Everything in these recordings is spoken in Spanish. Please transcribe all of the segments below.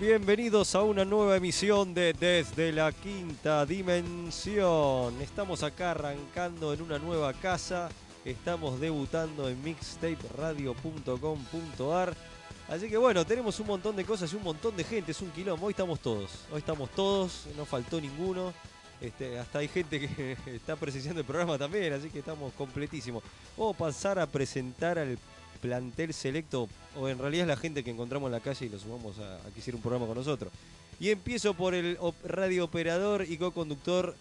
Bienvenidos a una nueva emisión de Desde la Quinta Dimensión. Estamos acá arrancando en una nueva casa. Estamos debutando en mixtaperadio.com.ar. Así que bueno, tenemos un montón de cosas y un montón de gente. Es un quilombo. Hoy estamos todos. Hoy estamos todos. No faltó ninguno. Este, hasta hay gente que está presenciando el programa también, así que estamos completísimos. Vamos a pasar a presentar al plantel selecto, o en realidad es la gente que encontramos en la calle y lo sumamos a, a que hiciera un programa con nosotros. Y empiezo por el op- radiooperador y co-conductor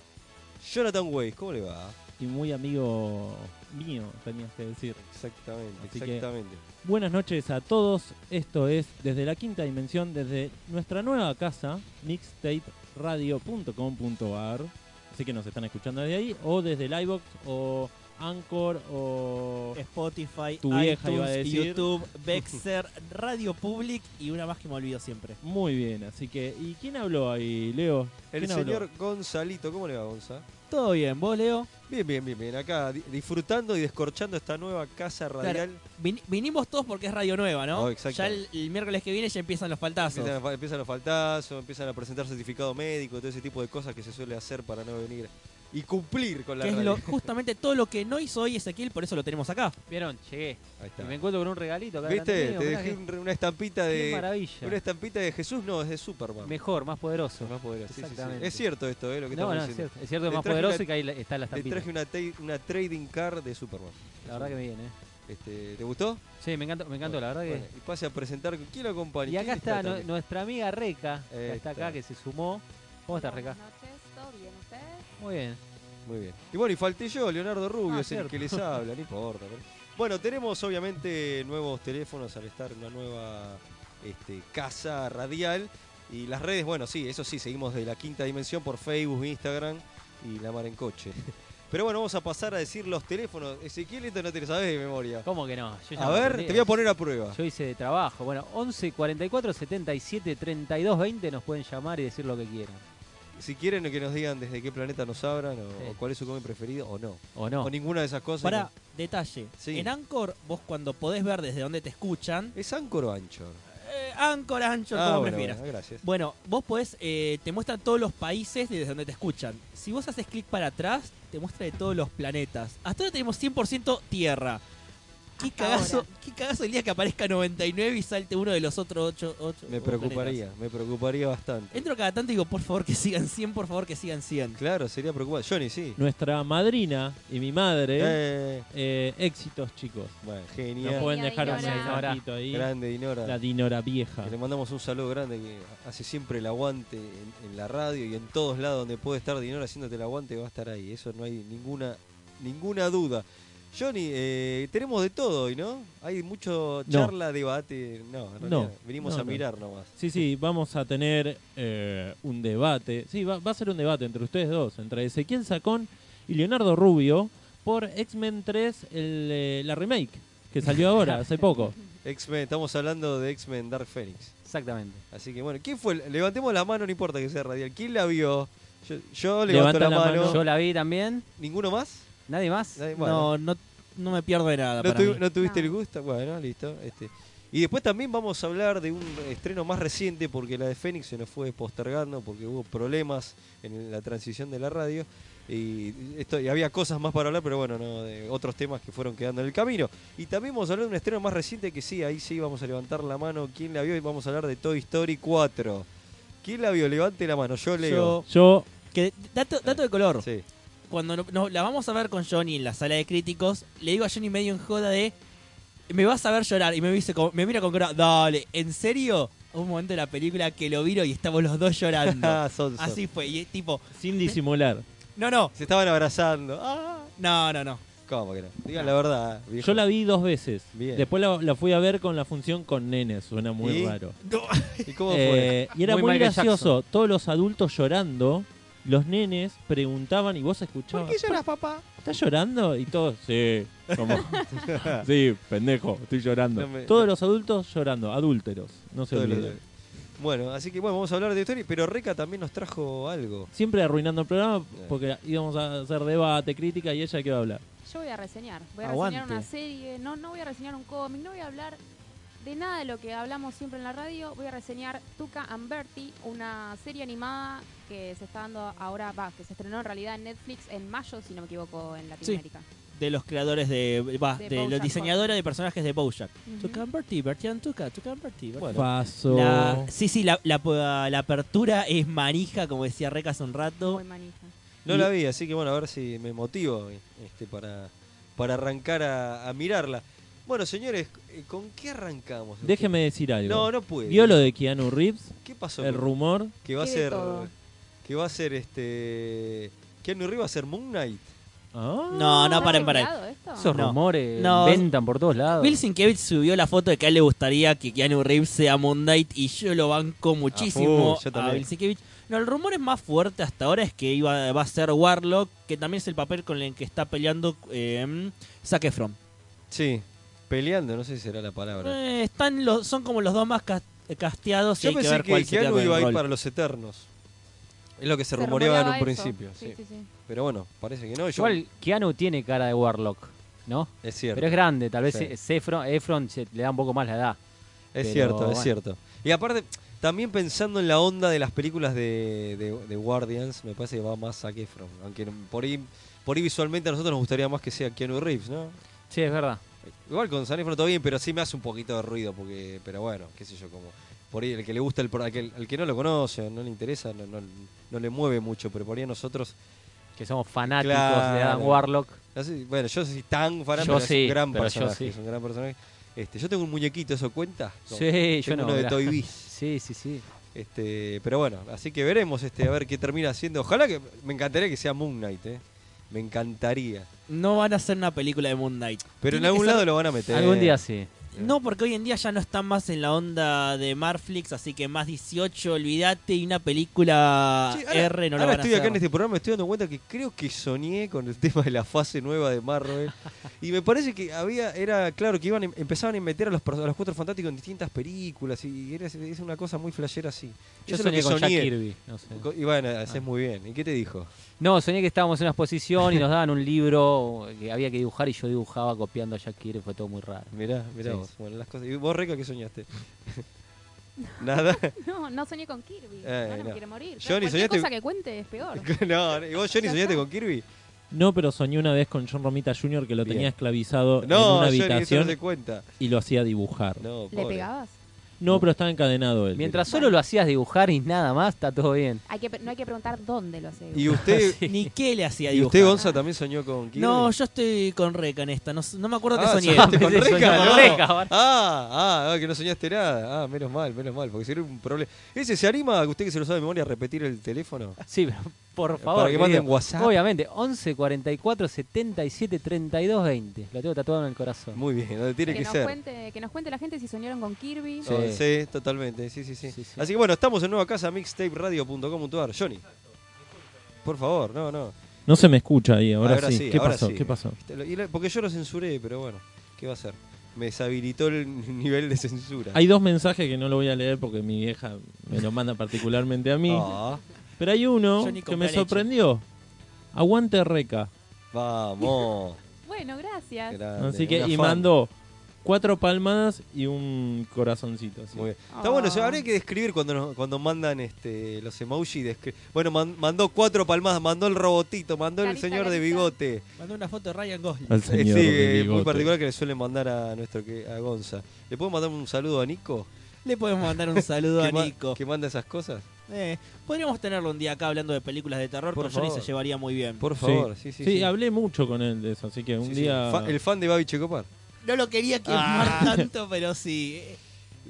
Jonathan Weiss. ¿Cómo le va? y muy amigo mío, tenías que decir. Exactamente, Así que- exactamente. Buenas noches a todos. Esto es desde la quinta dimensión, desde nuestra nueva casa, mixtaperadio.com.ar. Así que nos están escuchando desde ahí, o desde el iBox, o Anchor, o. Spotify, Tu vieja iTunes, iba a decir. YouTube, Vexer, Radio Public y una más que me olvido siempre. Muy bien, así que. ¿Y quién habló ahí, Leo? El ¿Quién habló? señor Gonzalito, ¿cómo le va, Gonza? Todo bien, vos Leo. Bien, bien, bien, bien. Acá di- disfrutando y descorchando esta nueva casa radial. Vin- vinimos todos porque es radio nueva, ¿no? Oh, exacto. Ya el, el miércoles que viene ya empiezan los faltazos. Empiezan, a fa- empiezan los faltazos, empiezan a presentar certificado médico, todo ese tipo de cosas que se suele hacer para no venir y cumplir con la Que es radio. lo, justamente todo lo que no hizo hoy Ezequiel, por eso lo tenemos acá. Vieron, llegué. Ahí Y está. me encuentro con un regalito acá. ¿Viste? delante mío, Te mirá dejé qué- un re- una estampita qué de. maravilla. Una estampita de Jesús, no, es de Superman. Mejor, más poderoso. Es más poderoso. sí, sí, sí. Exactamente. Es cierto esto, eh, lo que no, estamos no, es diciendo. cierto. Es cierto, Le es más traje poderoso una- y que ahí la- está la Te estampita. traje una, ta- una trading card de Superman. La verdad que bien, ¿eh? Este, ¿Te gustó? Sí, me encantó, me encantó la verdad Bueno, y pase a presentar. ¿Quién lo que. acompaña? Y acá ¿Quién está nu- también? nuestra amiga Reca, Eh, que está está. acá, que se sumó. ¿Cómo estás, Reca? Buenas noches, ¿todo bien ustedes? Muy bien. Muy bien. Y bueno, y falté yo, Leonardo Rubio, Ah, es el cierto. que les habla, no importa. pero- Bueno, tenemos obviamente nuevos teléfonos al estar en una nueva este, casa radial. Y las redes, bueno, sí, eso sí, seguimos de la quinta dimensión por Facebook, Instagram y La Mar en Coche. Pero bueno, vamos a pasar a decir los teléfonos. Ezequiel, esto no te lo sabes de memoria. ¿Cómo que no? Yo ya A me ver, aprendí. te voy a poner a prueba. Yo hice de trabajo. Bueno, 11 44 77 32 20 nos pueden llamar y decir lo que quieran. Si quieren que nos digan desde qué planeta nos abran o, Sí. o cuál es su come preferido o no. ¿O no? O ninguna de esas cosas. Para no. detalle, Sí. en Anchor vos cuando podés ver desde dónde te escuchan, ¿Es Anchor o Anchor? eh, Anchor, Anchor, Ah, como bueno, prefieras. bueno, gracias. Bueno, vos podés, eh, te muestran todos los países desde donde te escuchan. Si vos haces clic para atrás, te muestra de todos los planetas. Hasta ahora tenemos 100% Tierra. ¿Qué Hasta cagazo, ahora. ¿Qué cagazo el día que aparezca 99 y salte uno de los otros 8? Me preocuparía, me preocuparía bastante. Entro cada tanto y digo, por favor que sigan 100, por favor que sigan 100. Claro, sería preocupante. Johnny, sí. Nuestra madrina y mi madre, Eh, eh, éxitos chicos. bueno, Nos genial. pueden dejar un Dinora. mensajito ahí. grande Dinora. La Dinora vieja. Que Le mandamos un saludo grande que hace siempre el aguante en, en la radio y en todos lados donde puede estar Dinora haciéndote el aguante va a estar ahí. Eso no hay ninguna ninguna duda. Johnny, eh, tenemos de todo hoy, ¿no? Hay mucho No. charla, debate. No, en No, realidad venimos no, a no. mirar nomás. Sí, sí, vamos a tener eh, un debate. Sí, va, va a ser un debate entre ustedes dos, entre Ezequiel Sacón y Leonardo Rubio por X-Men 3, el, eh, la remake, que salió ahora, hace poco. X-Men, estamos hablando de X-Men Dark Phoenix. Exactamente. Así que bueno, ¿quién fue? el- Levantemos la mano, no importa que sea radial. ¿Quién la vio? Yo, yo levanto Levanta la, la mano. mano. Yo la vi también. ¿Ninguno más? ¿Nadie más? Nadie- bueno, No, no, no me pierdo de nada. no, Ah, para tuvi- mí. no tuviste No. el gusto. Bueno, listo. Este. Y después también vamos a hablar de un estreno más reciente porque la de Fénix se nos fue postergando porque hubo problemas en la transición de la radio. Y, esto, y había cosas más para hablar, pero bueno, no, de otros temas que fueron quedando en el camino. Y también vamos a hablar de un estreno más reciente que sí, ahí sí vamos a levantar la mano. ¿Quién la vio? Y vamos a hablar de Toy Story 4. ¿Quién la vio? Levante la mano. Yo leo. Yo, Que- dato, dato de color. Sí. Cuando no- no- la vamos a ver con Johnny en la sala de críticos, le digo a Johnny medio en joda de. Me vas a ver llorar. Y me, dice como- me mira con cara. Dale, ¿en serio? Hubo un momento de la película que lo viro y estamos los dos llorando. Ah, son- son. Así fue. Y es tipo, sin disimular, no, no, Se estaban abrazando. Ah. no, no, no. ¿Cómo que no? Digan la verdad, viejo. yo la vi dos veces. Bien. Después la, la fui a ver con la función con nenes, suena muy ¿Y? raro. No. ¿Y cómo fue? Eh, y era Muy muy, Michael gracioso, todos los adultos llorando, los nenes preguntaban y vos escuchabas. lloras, papá? ¿Estás llorando? Y todos, sí, como, sí, pendejo, estoy llorando. No me- todos los adultos llorando, adúlteros, no se Todo lo- olviden. Bueno, así que bueno, vamos a hablar de historia, pero Reca también nos trajo algo. Siempre arruinando el programa porque íbamos a hacer debate, crítica y ella qué va a hablar. Yo voy a reseñar. Voy a Aguante. reseñar una serie, no, no voy a reseñar un cómic, no voy a hablar De nada de lo que hablamos siempre en la radio, voy a reseñar Tuca and Bertie, una serie animada que se está dando ahora, va, que se estrenó en realidad en Netflix en mayo, si no me equivoco, en Latinoamérica. de los creadores de. Va, De de, los Bojack diseñadores de personajes de Bojack. Ujú. Tuca and Bertie, Bertie and Tuca, Tuca and Bertie, Bertie. Paso. La- sí, sí, la, la, la apertura es manija, como decía Reca hace un rato. Muy manija. No Y- la vi, así que bueno, a ver si me motivo este, para, para arrancar a, a mirarla. Bueno, señores, eh, ¿con qué arrancamos? Este, Déjeme decir algo. No, no puede. ¿Vio lo de Keanu Reeves? ¿Qué pasó? El con- rumor. que va a Tiene ser. todo. Que va a ser este. Keanu Reeves va a ser Moon Knight. Ah. No, no, ¿Está paren, paren. peleado esto? Esos No. rumores No. ventan por todos lados. Bill Sienkiewicz subió la foto de que a él le gustaría que Keanu Reeves sea Moon Knight y yo lo banco muchísimo full, yo a también. Bill Sienkiewicz. No, el rumor es más fuerte hasta ahora es que iba, va a ser Warlock, que también es el papel con el que está peleando eh, Zac Efron. Sí. Peleando, no sé si será la palabra. Eh, están los, son como los dos más cas- casteados y Yo hay que ver pensé cuál que se queda Keanu con el iba a ir rol. para los Eternos. Es lo que se, Se rumoreaba en un eso. principio. Sí, sí. sí, sí. Pero bueno, parece que no. Yo, Igual Keanu tiene cara de Warlock, ¿no? es cierto. Pero es grande, tal vez Sí. es Efron, Efron se- le da un poco más la edad. Es Pero, cierto, es bueno. cierto. Y aparte, también pensando en la onda de las películas de, de- de Guardians, me parece que va más a Kefron. Aunque no- por ahí, por ahí visualmente a nosotros nos gustaría más que sea Keanu Reeves, ¿no? Sí, es verdad. Igual con San Efron todo bien, pero sí me hace un poquito de ruido, porque pero bueno, qué sé yo, como por ahí el que le gusta, el, pro- al, que, al que no lo conoce, no le interesa, no, no- no le mueve mucho, pero por ahí a nosotros, Que somos fanáticos de Claro. Adam Warlock. no sé, bueno, yo soy tan fanático, Yo pero es sí, un gran pero yo personaje, sí. es un gran personaje. Este, yo tengo un muñequito, ¿eso cuenta? No, Sí, yo tengo no. uno de mirá. Toy Biz. Sí, sí, sí. Este, pero bueno, así que veremos este, a ver qué termina haciendo. Ojalá que me encantaría que sea Moon Knight, eh. Me encantaría. No van a hacer una película de Moon Knight. Pero en Tiene algún que ser- lado lo van a meter. Algún día sí. No, porque hoy en día ya no están más en la onda de Marflix, así que más 18, olvídate, y una película Che, ahora- Ah, R no lo ahora van a estoy acá en hacer. este programa, me estoy dando cuenta que creo que soñé con el tema de la fase nueva de Marvel. y me parece que había, era claro que iban, a em- empezaban a meter a los, perso- a los cuatro fantásticos en distintas películas y era, es una cosa muy flashera así. Eso Yo es lo soñé que con Jack soñé. Kirby. No, sé. Co- Y bueno, haces muy bien. ¿Y qué te dijo? No, soñé que estábamos en una exposición y nos daban un libro que había que dibujar y yo dibujaba copiando a Jack Kirby. Fue todo muy raro. Mirá, mirá Sí. vos. Bueno, las cosas. ¿Y vos, Reca, qué soñaste? Nada. No, no soñé con Kirby. Eh, no, no. no me quiere morir. Yo ni Cualquier soñaste- cosa que cuente es peor. no, no. ¿y vos Johnny Ya soñaste está. con Kirby? No, pero soñé una vez con John Romita Jr. que lo Bien. tenía esclavizado en No, una Johnny, eso no habitación se cuenta. y lo hacía dibujar. No. No, ¿Le pobre. pegabas? pero estaba encadenado él. Mientras solo lo hacías dibujar y nada más, está todo bien. Hay que, no hay que preguntar dónde lo hace. ¿Y usted, Ni qué le hacía ¿y dibujar. usted Gonza, también soñó con Kirby? No, yo estoy con Reca en esta, no, s- no me acuerdo Ah, que soñé. soñaste con Pensé que Reca, soñaba no. con Reca, ahora. Ah, ah, ah, que no soñaste nada. Ah, menos mal, menos mal, porque sería un problema. ¿Ese se anima a usted que se lo sabe de memoria a repetir el teléfono? Sí, pero por favor. Para que manden querido. WhatsApp. Obviamente, 11 44 77 32 20. Lo tengo tatuado en el corazón. Muy bien, donde tiene que, que, nos ser. cuente, que nos cuente la gente si soñaron con Kirby. Sí. totalmente, sí, sí, sí, Sí, sí. Así que bueno, estamos en nueva casa, mixtaperadio.com.ar. Johnny, por favor, no, no. No se me escucha ahí, ahora, Ahora sí. sí, ¿Qué ahora pasó? sí. ¿Qué pasó? Te lo- y lo- Porque yo lo censuré, pero bueno, ¿qué va a hacer? Me deshabilitó el nivel de censura. Hay dos mensajes que no lo voy a leer porque mi vieja me lo manda particularmente a mí. Ah, Pero hay uno Yo ni que compré me leche. sorprendió. Aguante Reca. vamos. Bueno, gracias. grande, Así que, una y fan. mandó cuatro palmadas y un corazoncito. así. Muy bien. Ah. Está bueno, o sea, habría que describir cuando nos- cuando mandan este los emoji. descri- Bueno, man- mandó cuatro palmadas, mandó el robotito, mandó el Carita, señor de carita. bigote. Mandó una foto de Ryan Gosling. Al Eh, señor sí, de eh, muy bigote. particular que le suelen mandar a nuestro que, a Gonza. ¿Le puedo mandar un saludo a Nico? Le podemos mandar un saludo a que ma- Nico. que manda esas cosas. Eh, podríamos tenerlo un día acá hablando de películas de terror, Por con Johnny se favor. llevaría muy bien. Por Sí. favor, sí, sí. Sí, sí. hablé mucho con él de eso, así que un Sí, sí. día. Fa- el fan de Babi Checopar. No lo Ah. quería quemar tanto, pero sí. eh,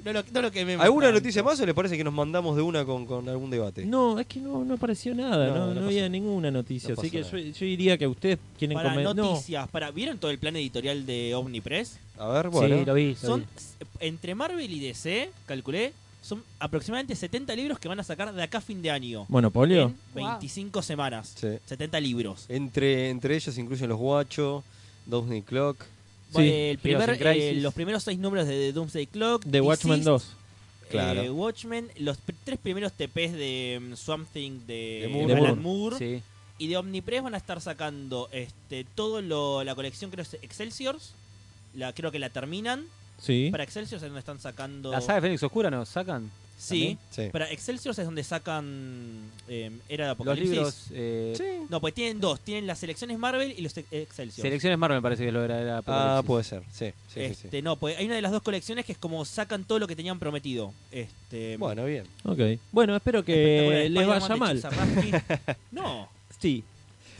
No lo, no lo quememos ¿Alguna tanto. noticia más o le parece que nos mandamos de una con, con algún debate? No, es que no, no apareció nada, No, no, no no había pasó. ninguna noticia. No así que pasó yo, yo diría que ustedes quieren Para comer. No, noticias, para, ¿vieron todo el plan editorial de Omnipress? A ver, bueno. Sí, lo vi. lo Son vi. entre Marvel y DC, calculé, son aproximadamente 70 libros que van a sacar de acá a fin de año. Monopolio. En- Wow. 25 semanas. Sí. 70 libros. Entre, entre ellos incluyen Los Guachos, Disney Clock. Sí, El primer- Heroes in Crisis. eh, los primeros seis números de The Doomsday Clock. De Watchmen Deceased, 2. eh, Claro. Watchmen, los pr- tres primeros TPs de mm, Swamp Thing de, De Moore. de Moore. Alan Moore. Sí. Y de Omnipress van a estar sacando este todo lo, la colección, creo que es Excelsiors. La, creo que la terminan. Sí. Para Excelsior es donde están sacando. La saga de Fénix Oscura nos sacan Sí. Sí. Para Excelsior es donde sacan eh, Era de los Apocalipsis. libros. eh, Sí. No, pues tienen dos. Tienen las selecciones Marvel y los ex- Excelsior. Selecciones Marvel me parece que lo era. era Ah, Apocalipsis. puede ser, sí. sí, sí, sí. este, No, pues hay una de las dos colecciones que es como sacan todo lo que tenían prometido. Este, Bueno, bien. Ok. Bueno, espero espectacular. que les Spider-Man vaya de mal. Chizarrasky. no. Sí.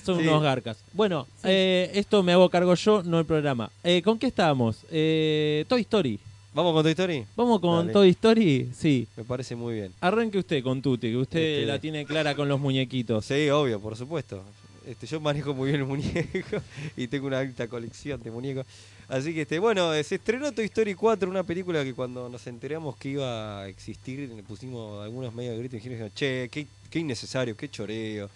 Son Sí. unos garcas. Bueno, eh, esto me hago cargo yo, no el programa. Eh, ¿Con qué estábamos? Eh, Toy Story. ¿Vamos con Toy Story? Vamos con Dale. Toy Story. Sí. Me parece muy bien. Arranque usted con Tuti, que usted Este- la tiene clara con los muñequitos. Sí, obvio, por supuesto. Este, yo manejo muy bien el muñeco y tengo una alta colección de muñecos. Así que, este, bueno, eh, se estrenó Toy Story 4, una película que cuando nos enteramos que iba a existir, le pusimos algunos medios de grito y dijeron, che, qué, qué innecesario, qué choreo.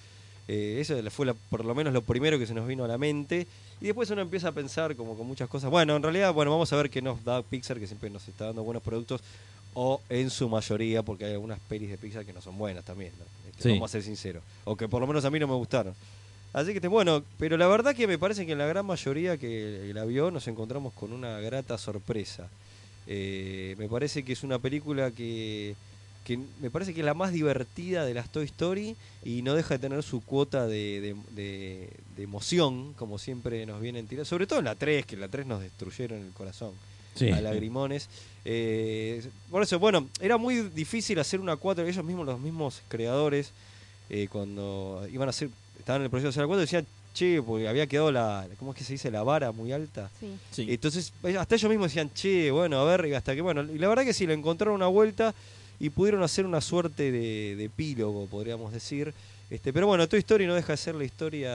Eh, eso fue la- por lo menos lo primero que se nos vino a la mente. Y después uno empieza a pensar como con muchas cosas. Bueno, en realidad, bueno, vamos a ver qué nos da Pixar, que siempre nos está dando buenos productos. O en su mayoría, porque hay algunas pelis de Pixar que no son buenas también. ¿no? Este, Sí. Vamos a ser sinceros. O que por lo menos a mí no me gustaron. Así que, este, bueno, pero la verdad que me parece que en la gran mayoría que la vio nos encontramos con una grata sorpresa. Eh, me parece que es una película que, que me parece que es la más divertida de las Toy Story y no deja de tener su cuota de, de- de- de emoción, como siempre nos vienen tirando. Sobre todo en la 3, que en la 3 nos destruyeron el corazón Sí. a lagrimones. Eh, por eso, bueno, era muy difícil hacer una 4. Ellos mismos, los mismos creadores, eh, cuando iban a hacer, estaban en el proceso de hacer la 4, decían, che, porque había quedado la, ¿cómo es que se dice? La vara muy alta. Sí. Sí. Entonces, ellos- hasta ellos mismos decían, che, bueno, a ver, y hasta que, bueno, y la verdad que sí, lo encontraron una vuelta y pudieron hacer una suerte de, de epílogo, podríamos decir. Este, pero bueno, Toy Story no deja de ser la historia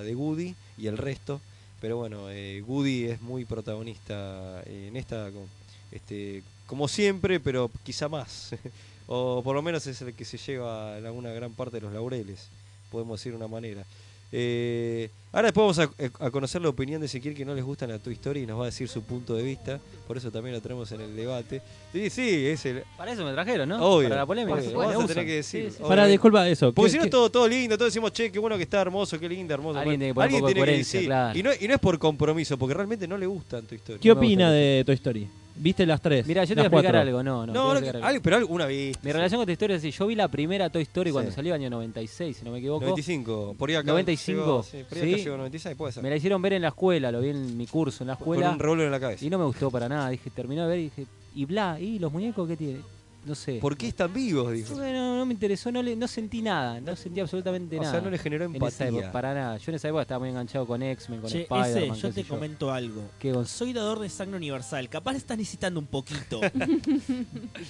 de Woody y el resto. Pero bueno, eh, Woody es muy protagonista en esta, como- este, como siempre, pero quizá más. o por lo menos es el que se lleva en alguna gran parte de los laureles, podemos decir de una manera. Eh, ahora después vamos a, a conocer la opinión de Ezequiel que no les gusta la Toy Story y nos va a decir su punto de vista. Por eso también lo tenemos en el debate. Sí, sí, es el... Para eso me trajeron, ¿no? Obvio. Para la polémica. Obvio, Me vamos a usan. tener que decir, Sí, sí, sí. Para, obviamente. disculpa eso. Porque ¿qué- si no qué- es todo, todo lindo, todos decimos, che, qué bueno que está hermoso, qué linda, hermoso. Alguien tiene que poner Alguien un poco de tiene que coherencia, decir. claro. Y, no, y no es por compromiso, porque realmente no le gusta tu historia. ¿Qué No me opina gusta de Toy Story? ¿Viste las tres? Mira, yo te voy Las a explicar cuatro. algo. No, No, no. te voy a no, explicar algo. algo- pero alguna vez. Mi relación con Toy Story es así. Yo vi la primera Toy Story cuando Sí. salió año 96, si no me equivoco. 95, por ahí acá 95, llegó, sí, por ahí acá sí. llegó 96, puede ser. Me la hicieron ver en la escuela, lo vi en mi curso, en la Con escuela. un revólver en la cabeza. Y no me gustó para nada. Dije, terminó de ver y dije, y bla, ¿y los muñecos qué tiene? No sé. ¿Por qué están vivos? Dijo. Porque no, no me interesó, no, le, no sentí nada, no sentí absolutamente O nada. sea, no le generó en esa época, empatía. para nada. Yo en esa época estaba muy enganchado con X-Men, con Che, ese, Spider-Man. yo qué te sé comento algo. Que, Gonz- Soy dador de sangre universal. Capaz estás necesitando un poquito.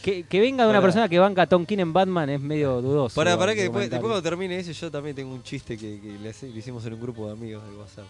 que, que venga de una Pará. persona que banca a Tom King en Batman es medio dudoso. Para, para igual, que tu después, después comentario. cuando termine ese, yo también tengo un chiste que, que le, hace- le hicimos en un grupo de amigos del WhatsApp.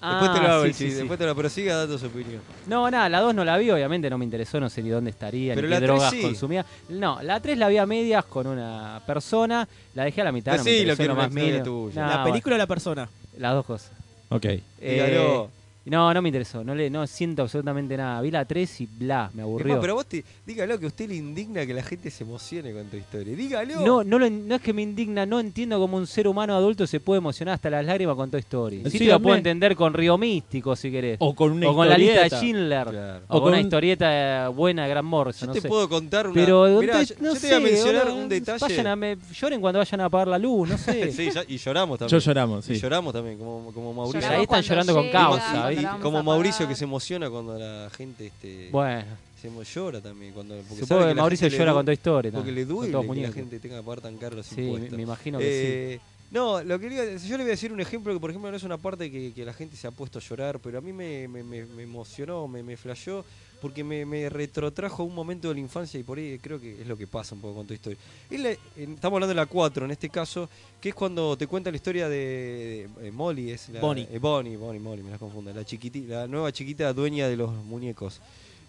después te lo Ah, hago el sí, sí, chiste, sí. después te lo pero siga dando su opinión. No, nada, la 2 no la vi, obviamente no me interesó, no sé ni dónde estaría, Pero ni la qué tres drogas sí. consumía. No, la 3 la vi a medias con una persona, la dejé a la mitad, no me Decilo interesó Ah, que lo era más una historia mínimo. tuya. No, ¿La película o la persona? bueno, las dos cosas. Ok. Dígalo. Eh, no, no me interesó, no le no siento absolutamente nada. Vi la 3 y bla, me Es aburrió. más, pero vos te, dígalo que a usted le indigna que la gente se emocione con tu historia. Dígalo. No, no, lo en- no es que me indigna, no entiendo cómo un ser humano adulto se puede emocionar hasta las lágrimas con Toy Story. Sí, Sí, te lo también. puedo entender con Río Místico, si querés. O, O con una con la lista de historieta. Schindler. Claro. O, O con una con- historieta eh, buena de Gran Morrison. Yo no te sé. puedo contar una. Pero don Mirá, Toy- yo, no yo te voy a sé, mencionar boludo, un detalle. Vayan a me- lloren cuando vayan a apagar la luz, no sé. Sí, ya- y lloramos Yo también. lloramos, Y sí. lloramos también, como, como Mauricio. Lloramos ahí están cuando llorando con Y- llega, causa, cuando y- la ¿viste? vamos a como pagar. Mauricio que se emociona cuando la gente este, Bueno, se emo- llora también. Cuando, porque sabe supongo que la Mauricio gente le llora du- con Toy Story. Porque ¿no? le Son duele todos que la muñecos. gente tenga que pagar tan caro los Sí, me, impuestos. me imagino que sí. Eh, No, lo que le iba a decir- yo le voy a decir un ejemplo que, por ejemplo, no es una parte que, que la gente se ha puesto a llorar, pero a mí me, me- me- me emocionó, me, me flashó, porque me, me retrotrajo a un momento de la infancia y por ahí creo que es lo que pasa un poco con tu historia. Es la- en- estamos hablando de la 4 en este caso, que es cuando te cuenta la historia de, de- eh, Molly, es la, Bonnie. eh, Bonnie, Bonnie, Molly, me la confundo, la, chiquiti, la nueva chiquita dueña de los muñecos.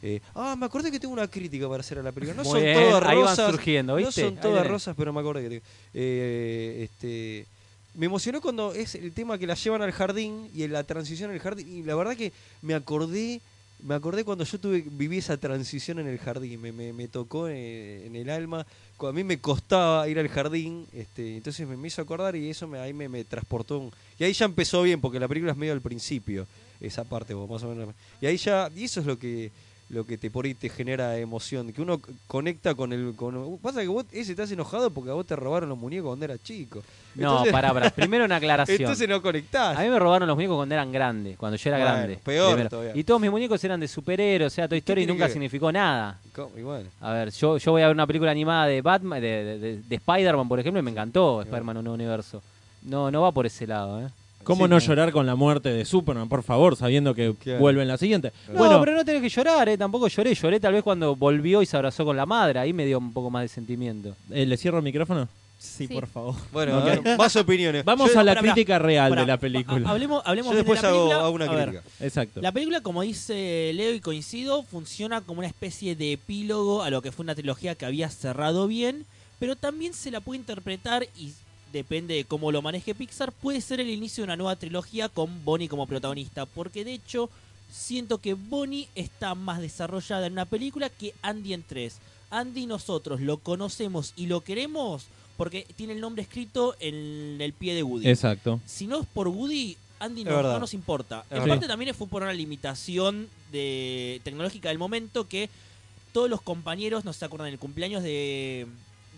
Eh, ah, me acordé que tengo una crítica para hacer a la película. No Muy son bien, todas ahí van rosas. surgiendo, ¿viste? No son Ahí todas tenés. rosas, pero me acordé que te- eh, este me emocionó cuando es el tema que la llevan al jardín y en la transición al jardín y la verdad que me acordé me acordé cuando yo tuve viví esa transición en el jardín me, me- me tocó eh, en el alma cu- a mí me costaba ir al jardín este entonces me, me hizo acordar y eso me, ahí me, me transportó un- y ahí ya empezó bien porque la película es medio al principio esa parte vos, más o menos y ahí ya y eso es lo que lo que te por ahí te genera emoción, que uno c- conecta con el... Con, pasa que vos ese estás enojado porque a vos te robaron los muñecos cuando eras chico. No, Entonces- pará, pará. Primero una aclaración. Entonces no conectás. A mí me robaron los muñecos cuando eran grandes, cuando yo era Bueno, grande. peor Primero. todavía. Y todos mis muñecos eran de superhéroes, o sea, Toy Story tiene nunca que ver? significó nada. Y co- y bueno. A ver, yo, yo voy a ver una película animada de Batman, de, de- de- de Spider-Man, por ejemplo, y me encantó Spider-Man Un Nuevo Universo. No, no va por ese lado, ¿eh? ¿Cómo no llorar con la muerte de Superman, por favor, sabiendo que Claro. vuelve en la siguiente? bueno, bueno, pero no tenés que llorar, ¿eh? Tampoco lloré. Lloré tal vez cuando volvió y se abrazó con la madre. Ahí me dio un poco más de sentimiento. eh, ¿le cierro el micrófono? Sí. por favor. Bueno, a ver, más opiniones. Vamos Yo- a la pará, pará, crítica real Pará, de la película. ha- Hablemos, hablemos Yo después de la hago, película. hago una A ver, crítica. Exacto. la película, como dice Leo y coincido, funciona como una especie de epílogo a lo que fue una trilogía que había cerrado bien, pero también se la puede interpretar y depende de cómo lo maneje Pixar, puede ser el inicio de una nueva trilogía con Bonnie como protagonista, porque de hecho siento que Bonnie está más desarrollada en una película que Andy en tres. Andy nosotros lo conocemos y lo queremos porque tiene el nombre escrito en el pie de Woody Exacto. si no es por Woody, Andy Es no, verdad. no nos importa. Es en verdad. parte también fue por una limitación de, tecnológica del momento que todos los compañeros, no se acuerdan, el cumpleaños de,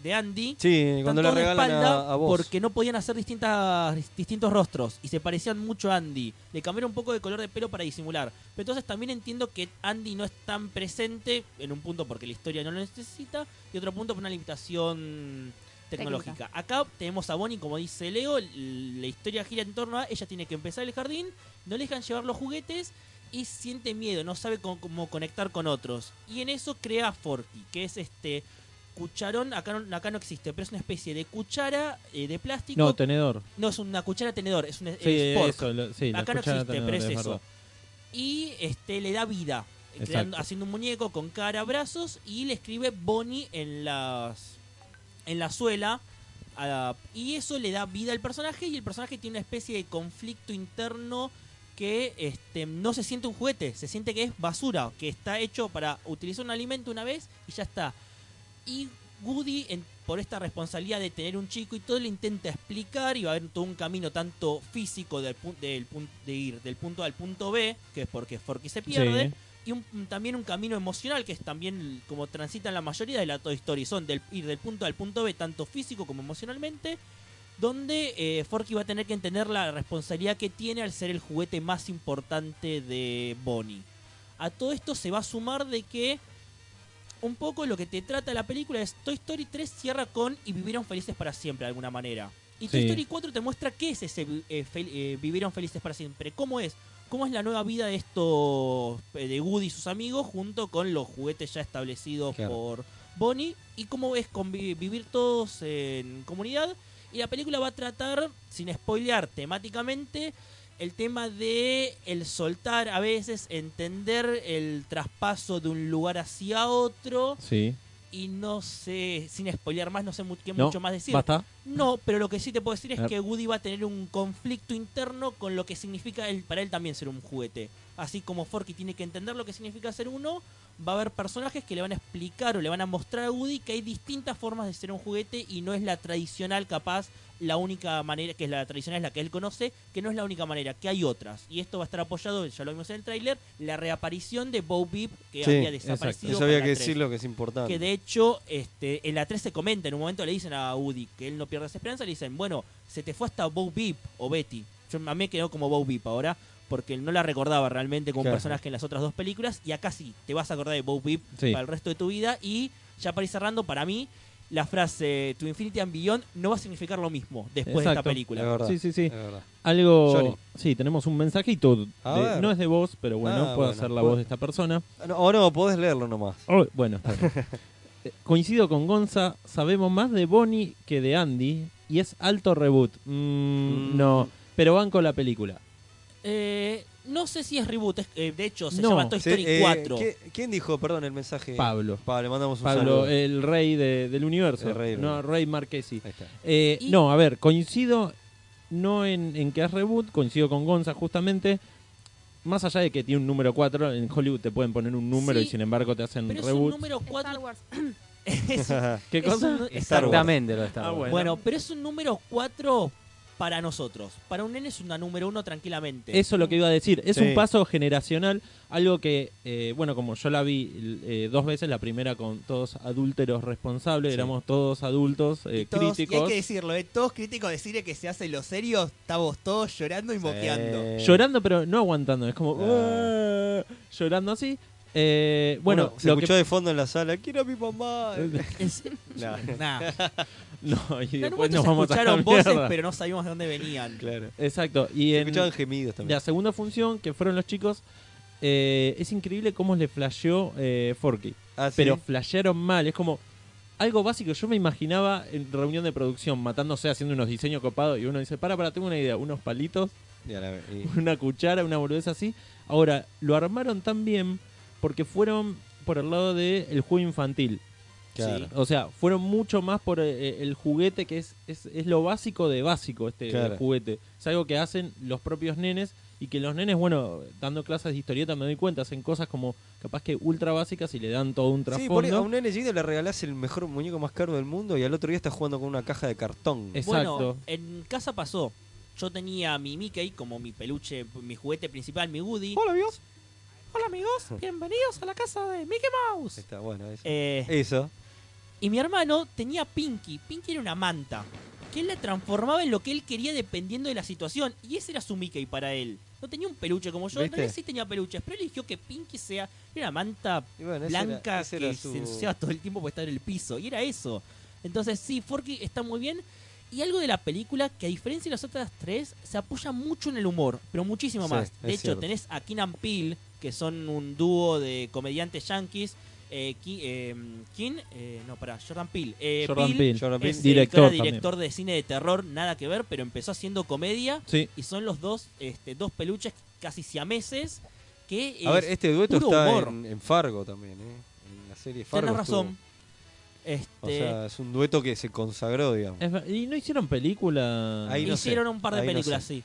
de Andy, Sí, cuando le están todos de regalan espalda a, a vos. porque no podían hacer distintas, distintos rostros y se parecían mucho a Andy. Le cambiaron un poco de color de pelo para disimular. Pero entonces también entiendo que Andy no es tan presente en un punto porque la historia no lo necesita y otro punto por una limitación tecnológica. Acá tenemos a Bonnie, como dice Leo, l- la historia gira en torno a ella tiene que empezar el jardín, no le dejan llevar los juguetes y siente miedo, no sabe cómo, cómo conectar con otros. Y en eso crea a Forky, que es este cucharón, acá no, acá no existe, pero es una especie de cuchara eh, de plástico. No, tenedor. No, es una cuchara tenedor, es un eh, es Sí, fork. eso, lo- sí, la Acá no cuchara existe, tenedor, pero es verdad. eso. Y este le da vida, eh, Exacto. creando- haciendo un muñeco con cara, brazos y le escribe Bonnie en las en la suela. a la- y eso le da vida al personaje y el personaje tiene una especie de conflicto interno que este, no se siente un juguete, se siente que es basura, que está hecho para utilizar un alimento una vez y ya está. Y Woody, en- por esta responsabilidad de tener un chico y todo, le intenta explicar y va a haber todo un camino tanto físico del, pun- del pun- de ir del punto A al punto B, que es porque Forky se pierde, Sí. y un- un- también un camino emocional, que es también como transitan la mayoría de la Toy Story, son del ir del punto A al punto B, tanto físico como emocionalmente, donde eh, Forky va a tener que entender la responsabilidad que tiene al ser el juguete más importante de Bonnie. A todo esto se va a sumar de que un poco lo que te trata la película es Toy Story 3 cierra con y vivieron felices para siempre de alguna manera. Y Toy Sí. Story 4 te muestra qué es ese vi- eh, fel- eh, vivieron felices para siempre, cómo es, cómo es la nueva vida de estos eh, de Woody y sus amigos junto con los juguetes ya establecidos Claro. por Bonnie y cómo es convi- vivir todos en comunidad. Y la película va a tratar, sin spoilear temáticamente, el tema de el soltar a veces, entender el traspaso de un lugar hacia otro Sí. y no sé, sin spoilear más, no sé mu- qué No, mucho más decir. ¿Basta? No, pero lo que sí te puedo decir A es Ah. ver. que Woody va a tener un conflicto interno con lo que significa él, para él también ser un juguete. Así como Forky tiene que entender lo que significa ser uno, va a haber personajes que le van a explicar o le van a mostrar a Woody que hay distintas formas de ser un juguete y no es la tradicional capaz, la única manera, que es la tradicional es la que él conoce, que no es la única manera, que hay otras. Y esto va a estar apoyado, ya lo vimos en el tráiler, la reaparición de Bo Peep que Sí, había exacto. desaparecido. Eso con había la que tres. decirlo que es importante. Que de hecho, este, en la 3 se comenta, en un momento le dicen a Woody que él no pierde esa esperanza, le dicen, bueno, se te fue hasta Bo Beep o Betty. Yo, a mí me quedó como Bo Beep ahora, porque no la recordaba realmente como un Claro. personaje en las otras dos películas, y acá sí, te vas a acordar de Bo Beep Sí. para el resto de tu vida, y ya para ir cerrando, para mí, la frase To Infinity and Beyond no va a significar lo mismo después de esta Exacto. Es película. verdad, Sí, sí, sí. Eh, es verdad. Algo. Johnny. Sí, tenemos un mensajito. de- Ah, A ver. no es de voz, pero bueno, Ah, puedo bueno. hacer la Pu- voz de esta persona. Ah, no, o no, podés leerlo nomás. Oh, bueno, está bien. Eh, Coincido con Gonza, sabemos más de Bonnie que de Andy y es alto reboot. Mm, Mm. No, pero banco la película. Eh, no sé si es reboot, es- eh, de hecho se No. llama Toy Sí, Story eh, 4. ¿qué- ¿Quién dijo, perdón, el mensaje? Pablo. Pablo, le mandamos un Pablo, saludo. eh, el rey de- del universo. El rey del no, universo. rey Marquesi. Ahí está. Eh, Y- No, a ver, coincido no en, en que es reboot, coincido con Gonza justamente. Más allá de que tiene un número 4, en Hollywood te pueden poner un número Sí, y sin embargo te hacen Pero es un reboot. número Star 4. Wars. ¿Qué cosa? Star Wars. Exactamente lo de Star Ah, Wars. bueno. Bueno, pero es un número 4 para nosotros. Para un nene es una número uno tranquilamente. Eso es lo que iba a decir. Es Este, Sí. un paso generacional, algo que, eh, bueno, como yo la vi eh, dos veces, la primera con todos adúlteros responsables, Sí. éramos todos adultos eh, Y todos- y hay críticos. que decirlo, ¿eh? todos críticos decirle que se hace lo serio, estamos todos llorando y Eh, moqueando. Llorando, pero no aguantando, es como Ah. "Ah", llorando así. Eh, bueno, Bueno, se lo escuchó que de fondo en la sala, quiero a mi mamá. Nah, Nah. no, y En algún después momento nos se vamos a escucharon la voces, mierda. pero no sabíamos de dónde venían. claro. Exacto, y Se en escuchaban gemidos también. la segunda función que fueron los chicos eh, es increíble cómo le flasheó eh, Forky. Ah, ¿sí? pero flashearon mal. Es como algo básico. Yo me imaginaba en reunión de producción matándose, haciendo unos diseños copados y uno dice, para, para, tengo una idea, unos palitos, Ya la ve- y- una cuchara, una boludez así. Ahora, lo armaron tan bien porque fueron por el lado del juego infantil. claro. O sea, fueron mucho más por eh, el juguete que es, es, es lo básico de básico este eh, Claro. juguete. Es algo que hacen los propios nenes y que los nenes, bueno, dando clases de historieta me doy cuenta, hacen cosas como capaz que ultra básicas y le dan todo un Sí, trasfondo. por, a un nene chiquito le regalás el mejor muñeco más caro del mundo y al otro día está jugando con una caja de cartón. Es- Exacto. Bueno, en casa pasó. Yo tenía a mi Mickey como mi peluche, mi juguete principal, mi Woody. Hola, amigos. Hola amigos, bienvenidos a la casa de Mickey Mouse. Está bueno eso. Eh, Eso. y mi hermano tenía Pinky. Pinky era una manta. Que él la transformaba en lo que él quería dependiendo de la situación. Y ese era su Mickey para él. No tenía un peluche como yo. En ¿Viste? realidad sí tenía peluches. Pero él eligió que Pinky sea era una manta Y bueno, ese era- blanca ese era que su- se ensuciaba todo el tiempo por estar en el piso. Y era eso. Entonces, sí, Forky está muy bien. Y algo de la película que, a diferencia de las otras tres, se apoya mucho en el humor, pero muchísimo Sí, más. es De hecho, cierto. tenés a Keenan Peele, que son un dúo de comediantes yankees. Eh, Ki- eh, Keen, eh, no, para Jordan Peele. Eh, Jordan Peele. Jordan es, Peele. eh, Director era también. director de cine de terror, nada que ver, pero empezó haciendo comedia. Sí. Y son los dos, este, dos peluches casi siameses que A ver, es- este dueto puro está humor. en, en Fargo también, ¿eh? En la serie Fargo. tenés estuvo. razón. Este, O sea, es un dueto que se consagró, digamos. Es ver- y no hicieron película. Ahí no sé, Hicieron un par de ahí no películas, sé. sí.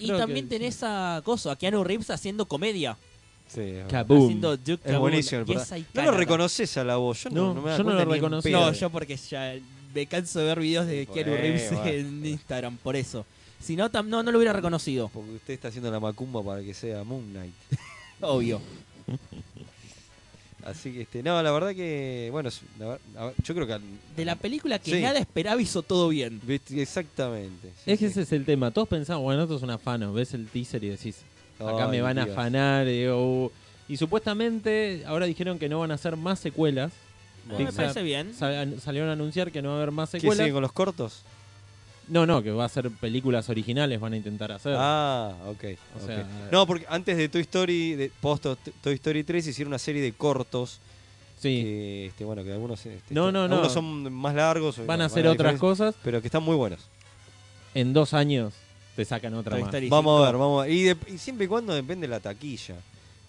Y Creo también que sí. tenés a Coso, a Keanu Reeves haciendo comedia. Sí, es verdad. Kaboom. Haciendo Duke Es Kaboom. buenísimo. el Y programa. esa no cara. lo reconoces a la voz. Yo no, No, me da yo no cuenta lo ni en reconocí. pedo. No, yo porque ya me canso de ver videos de Bueno, Keanu Reeves bueno. en Instagram, por eso. Si no, tam- no, no lo hubiera reconocido, Porque usted está haciendo la macumba para que sea Moon Knight. obvio. Así que, este, no, la verdad que, bueno, es- la ver- a ver, yo creo que... al- De la película que Sí. nada esperaba hizo todo bien. viste, Exactamente. sí, Es que sí. ese es el tema. Todos pensamos, bueno, esto es un afano. Ves el teaser y decís, acá Ay, me van a Dios. afanar. Y, digo, uh. Y supuestamente ahora dijeron que no van a hacer más secuelas. Ah, Bueno. me parece bien. Sal- an- salieron a anunciar que no va a haber más ¿Qué secuelas. siguen con los cortos? No, no, que va a ser películas originales, van a intentar hacer. Ah, ok. O ok. sea- no, porque antes de Toy Story, de, post Toy Story 3, hicieron una serie de cortos. sí. Que, este, bueno, que algunos. este, No, este, no, no. algunos son más largos. o- Van bueno, a hacer la otras diferencia, cosas. Pero que están muy buenos. En dos años te sacan otra Toy más. Story Vamos a ver, cinco. vamos a ver. Y, de- y siempre y cuando depende de la taquilla.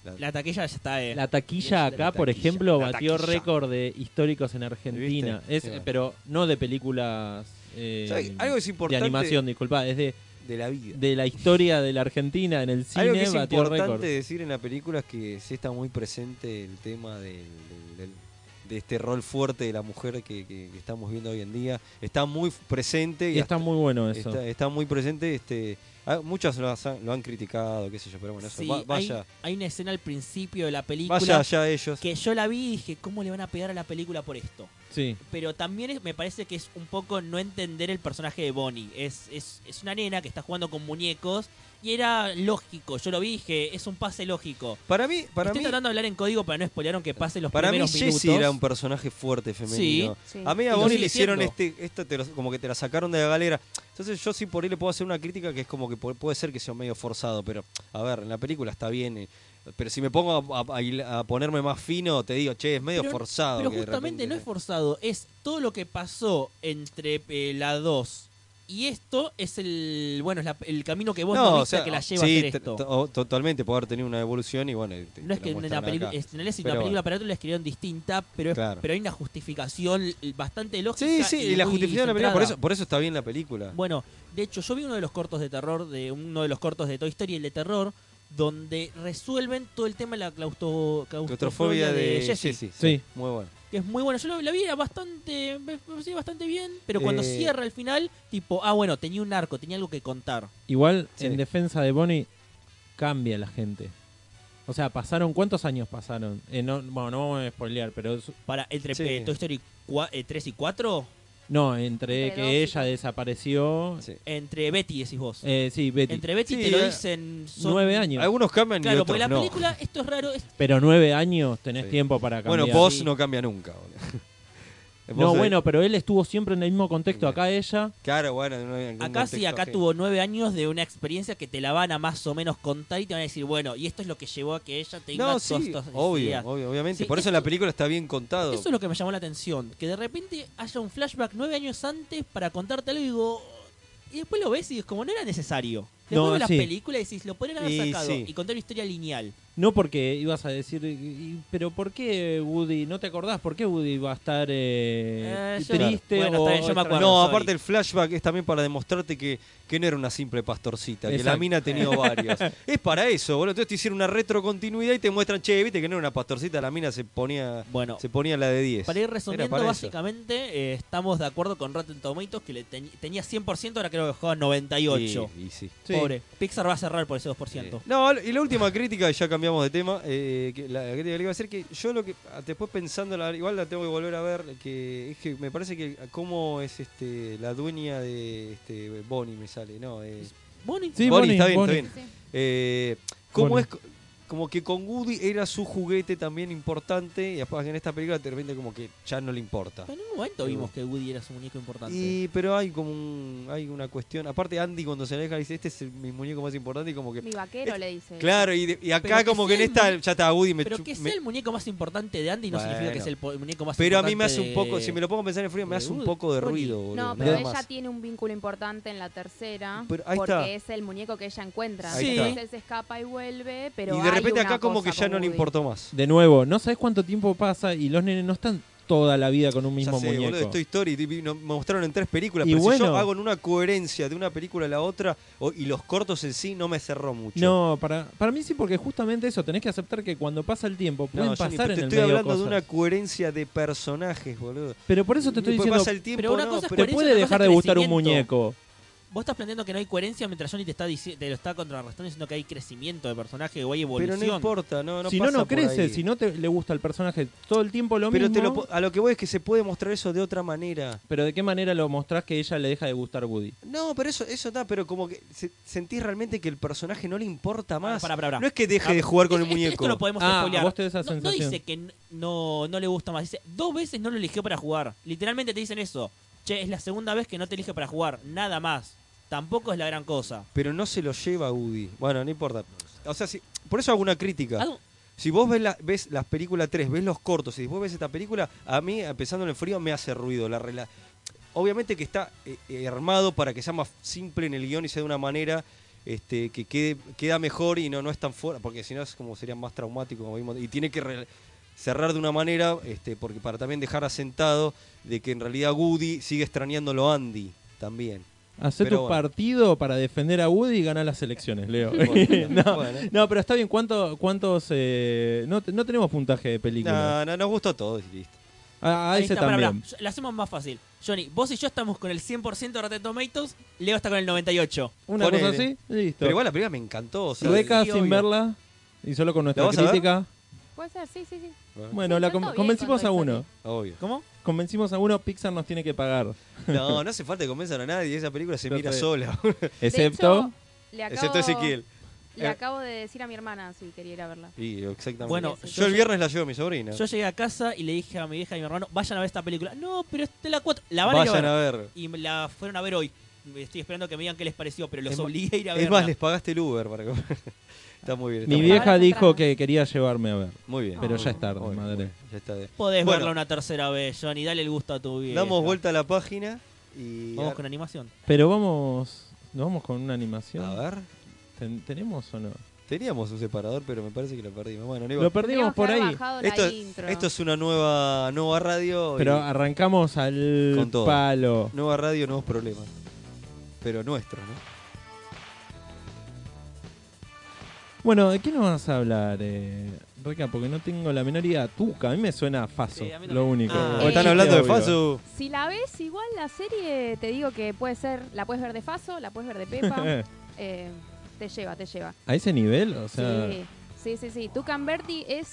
La- La taquilla ya está. eh. La taquilla La acá, por taquilla, ejemplo, la batió taquilla. récord de históricos en Argentina. ¿Viste? Es, Sí, eh, bueno. pero no de películas eh, ¿Sabes? Algo es de importante animación, disculpa, es de, de la vida. de la historia de la Argentina en el cine Algo que es batió importante récord. decir en la película es que sí está muy presente el tema del, del- del- de este rol fuerte de la mujer que, que- que estamos viendo hoy en día. Está muy presente. Y está muy bueno eso. Está, está muy presente, este, ah, muchas lo, has- lo han criticado, qué sé yo, pero bueno, eso, Sí, va- hay- vaya, hay, una escena al principio de la película vaya allá ellos. que yo la vi y dije, ¿cómo le van a pegar a la película por esto? Sí. pero también es- me parece que es un poco no entender el personaje de Bonnie. Es, es, es una nena que está jugando con muñecos y era lógico, yo lo vi y dije, es un pase lógico. Para mí, para Estoy mí, tratando de hablar en código para no spoilear aunque pase los para mí primeros minutos. Jessie era un personaje fuerte femenino. Sí. A mí Y a lo Bonnie sigue le hicieron siendo. este, esto te lo- como que te la sacaron de la galera. Entonces yo sí por ahí le puedo hacer una crítica que es como que pu- puede ser que sea medio forzado, pero a ver, en la película está bien. eh, pero si me pongo a, a- a- a ponerme más fino, te digo, che, es medio Pero- forzado. Pero que de justamente repente- no es forzado, es todo lo que pasó entre eh, la 2 y esto es el bueno es la- el camino que vos no, viste que la lleva sí, a hacer t- esto. t- o- totalmente, poder tener una evolución y bueno. y te- No es te la que en la muestran película, acá. es, en realidad si Pero una película bueno. para otra la escribieron distinta, pero, es- Claro. pero hay una justificación eh, bastante lógica. Sí, sí, y la muy justificación de la película, por centrada. eso, por eso está bien la película. Bueno, de hecho, yo vi uno de los cortos de terror, de uno de los cortos de Toy Story, el de terror, donde resuelven todo el tema de la claustro- claustrofobia Claustrofobia de, de Jessie. Jessie, Sí. Muy bueno. que es muy bueno. Yo lo- la vi era bastante, me parecía bastante bien, pero cuando Eh. cierra el final, tipo, ah, bueno, tenía un arco, tenía algo que contar. Igual, Sí. en defensa de Bonnie, cambia la gente. O sea, pasaron, ¿cuántos años pasaron? Eh, no, bueno, no vamos a spoilear, pero es- Para entre Sí. eh, Toy Story 3 y 4, no, Entre dos entre y que ella tres. desapareció. Sí, Sí. entre Betty decís vos. eh, sí Betty. Entre Betty Sí, te lo eh, dicen son- nueve años. Algunos cambian y Claro, otros porque la no. película, esto es raro, es- Pero nueve años tenés Sí. tiempo para cambiar. Bueno, vos Sí. no cambia nunca. boludo. No, Vos, eh, bueno, pero él estuvo siempre en el mismo contexto. Acá ella. Claro, bueno, no hay algún acá sí, contexto acá ajeno. tuvo nueve años de una experiencia que te la van a más o menos contar y te van a decir, bueno, y esto es lo que llevó a que ella tenga No, todas sí, estas obvio, necesidades. obvio, obviamente. Sí, Por eso en la esto- película está bien contado. Eso es lo que me llamó la atención, que de repente haya un flashback nueve años antes para contarte algo y digo... Y después lo ves y es como no era necesario. Después No, ves la sí. película y decís, lo podrían haber Y sacado sí. y contar una historia lineal. No porque ibas a decir, "Y- pero ¿por qué Woody? ¿No te acordás por qué Woody va a estar eh, Eh, yo- triste? Bueno, o- está bien, yo o me estar- acuerdo. no, soy. aparte el flashback es también para demostrarte que, que no era una simple pastorcita, que la Exacto. mina ha tenido varios. es para eso, boludo. Entonces te hicieron una retrocontinuidad y te muestran, che, viste que no era una pastorcita, la mina se ponía Bueno, se ponía la de 10. Para ir Era resumiendo, para eso. básicamente eh, estamos de acuerdo con Rotten Tomatoes, que le teñ- tenía 100%, ahora creo que dejó a 98. Y- y sí. Sí. Pobre. Pixar va a cerrar por ese 2%. No, y la última crítica, ya cambiamos de tema, eh, que la crítica que le iba a hacer que yo lo que, después pensando, igual la tengo que volver a ver, que es que me parece que cómo es este la dueña de este, Bonnie, me sale, no, eh, Bonnie. Sí, Bonnie, Bonnie, está bien, Bonnie. está bien. Sí, sí. Eh, cómo Bonnie. es, co- como que con Woody era su juguete también importante, y después en esta película de repente como que ya no le importa. Pero en un momento vimos que Woody era su muñeco importante. Y, pero hay como un- hay una cuestión, aparte Andy cuando se aleja dice, este es el- mi muñeco más importante y como que... Mi vaquero le dice. Claro, y, de- y acá Pero que como que en sea el esta mu- ya está Woody me Pero chu- que sea me- el muñeco más importante de Andy no significa que Bueno. es el po- muñeco más Pero a importante. mí me hace un poco, de- si me lo pongo a pensar en frío, me de hace un Woody. poco de Woody. ruido, boludo. No, pero nada ella más. tiene un vínculo importante en la tercera. Pero ahí porque está. es el muñeco que ella encuentra. Ahí Entonces está. él se escapa y vuelve, pero. Y de hay repente una acá como que cosa ya con no le Woody. importó más. De nuevo, no sabes cuánto tiempo pasa y los nenes no están toda la vida con un Ya mismo sé, muñeco. boludo, Toy Story, di- vi- no- me mostraron en tres películas, Y pero si yo bueno. hago en una coherencia de una película a la otra o- y los cortos en sí no me cerró mucho. No, para, para mí sí, porque justamente eso, tenés que aceptar que cuando pasa el tiempo No, pueden Johnny, pasar pero en te el estoy medio hablando cosas. de una coherencia de personajes, boludo. Pero por eso te estoy Y diciendo, pasa el tiempo, Pero una no, cosa es pero- te Por eso la puede cosa dejar es de gustar un crecimiento. muñeco. Vos estás planteando que no hay coherencia mientras Johnny te está, dici- te lo está contrarrestando diciendo que hay crecimiento de personaje o hay pero evolución. no importa, no, no si no, pasa no por crece, ahí. si no te, le gusta el personaje todo el tiempo lo Pero mismo. te lo po- a lo que voy es que se puede mostrar eso de otra manera. Pero de qué manera lo mostrás que ella le deja de gustar Woody. No, pero eso eso está, pero como que se- sentís realmente que el personaje no le importa más. Pará, pará, pará. Ah, No es que deje de jugar con el Esto- muñeco. Esto lo podemos Ah, spoilear. a vos te da esa no, no sensación. dice que n- no, no le gusta más. Dice, dos veces no lo eligió para jugar. Literalmente te dicen eso. Che, es la segunda vez que no te elige para jugar. Nada más. Tampoco es la gran cosa. Pero no se lo lleva Woody. Bueno, no importa. O sea, si, por eso hago una crítica. Algo- Si vos ves, la, ves las películas 3, ves los cortos y después ves esta película, a mí, empezando en el frío, me hace ruido. La, rela- Obviamente que está eh, eh, armado para que sea más simple en el guión y sea de una manera este, que quede, queda mejor y no, no es tan fuera, porque si no es como sería más traumático. como vimos. y tiene que re- cerrar de una manera, este, porque para también dejar asentado de que en realidad Woody sigue extrañándolo a Andy también. Hacé Pero tu bueno. partido para defender a Woody y ganar las elecciones, Leo. Bueno, no, bueno. no, pero está bien, ¿cuánto, ¿cuántos... eh, no, te- no tenemos puntaje de película. No, no, nos gustó todo y listo. Ah, a Ahí ese está, pará, también. pará. Yo- La hacemos más fácil. Johnny, vos y yo estamos con el 100% de Rotten Tomatoes. Leo está con el 98. Una Ponele. cosa así, listo. Pero igual la película me encantó. O sea, Reca Sí, sin obvio. verla y solo con nuestra vas a ver? crítica. Puede ser, sí, sí, sí. Bueno, Sí, la está con- bien convencimos con a Toy uno. Story. Obvio. ¿Cómo? Convencimos a uno, Pixar nos tiene que pagar. No, no hace falta convencer a nadie. Esa película se Yo mira sé. sola. De Excepto. hecho, le acabo, Excepto Ezequiel. Le Eh. acabo de decir a mi hermana si quería ir a verla. Y exactamente. Bueno, yo, yo- el viernes la llevo a mi sobrina. Yo llegué a casa y le dije a mi vieja y a mi hermano, vayan a ver esta película. No, pero esta es la 4. La van a ir a Vayan ver. a ver. Y me la fueron a ver hoy. Estoy esperando que me digan qué les pareció, pero los Es ma- obligué a ir a verla. Es más, les pagaste el Uber para comer. Está muy bien. está Mi muy bien. vieja Ahora dijo entramos. que quería llevarme a ver. Muy bien. Pero ya es tarde, Muy bien, muy madre. bien, Ya está bien. Podés Bueno. verla una tercera vez, Johnny. Dale el gusto a tu vida. Damos vuelta a la página y. Vamos con animación. Pero vamos. ¿Nos vamos con a una animación? ver. Ten- ¿Tenemos o no? Teníamos un separador, pero me parece que lo perdimos. Bueno, no Lo iba. Tendríamos perdimos que por haber ahí. bajado la Esto, intro. esto es una nueva, nueva radio. y- Pero ah. arrancamos al Con todo. palo. Nueva radio, nuevos problemas. Pero nuestros, ¿no? Bueno, ¿de qué nos vas a hablar, eh, Reca? Porque no tengo la menor idea. Tuca, a mí me suena a Faso, Sí, a mí lo también. único. Ah. O están Sí, hablando de obvio. Fasu. Si la ves igual la serie, te digo que puede ser, la puedes ver de Faso, la puedes ver de Pepa, eh, te lleva, te lleva. ¿A ese nivel? O sea, Sí, sí, sí, sí. Tucan Berti es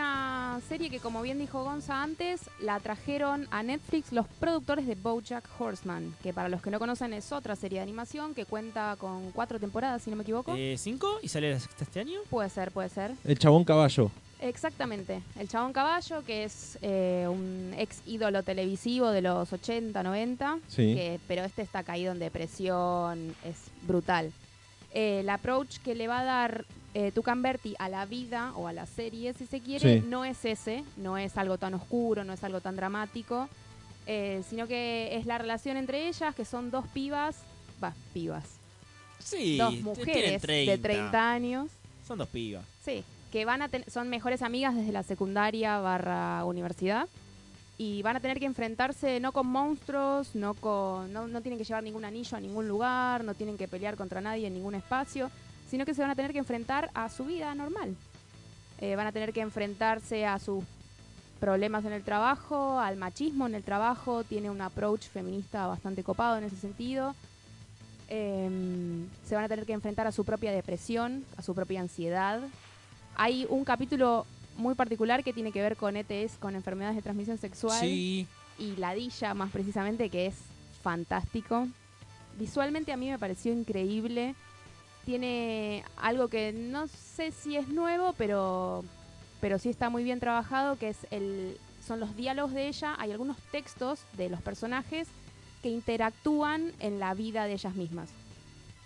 una serie que, como bien dijo Gonza antes, la trajeron a Netflix los productores de BoJack Horseman, que para los que no conocen es otra serie de animación que cuenta con cuatro temporadas, si no me equivoco. Eh, ¿Cinco? ¿Y sale la sexta este año? Puede ser, puede ser. el chabón caballo. Exactamente. El Chabón Caballo, que es eh, un ex ídolo televisivo de los 80, 90, Sí. que- pero este está caído en depresión, es brutal. Eh, el approach que le va a dar eh, Tucan Berti a la vida o a la serie, si se quiere, Sí. no es ese, no es algo tan oscuro, no es algo tan dramático, eh, sino que es la relación entre ellas, que son dos pibas, va, pibas, Sí. dos t- mujeres tienen de 30 años. Son dos pibas. Sí, que van a ten- son mejores amigas desde la secundaria barra universidad y van a tener que enfrentarse no con monstruos, no con no, no tienen que llevar ningún anillo a ningún lugar, no tienen que pelear contra nadie en ningún espacio, sino que se van a tener que enfrentar a su vida normal. Eh, van a tener que enfrentarse a sus problemas en el trabajo, al machismo en el trabajo, tiene un approach feminista bastante copado en ese sentido. Em, se van a tener que enfrentar a su propia depresión, a su propia ansiedad, hay un capítulo muy particular que tiene que ver con ETS, con enfermedades de transmisión sexual Sí. y ladilla más precisamente, que es fantástico. Visualmente a mí me pareció increíble. Tiene algo que no sé si es nuevo, pero, pero sí está muy bien trabajado, que es el, son los diálogos de ella. Hay algunos textos de los personajes que interactúan en la vida de ellas mismas.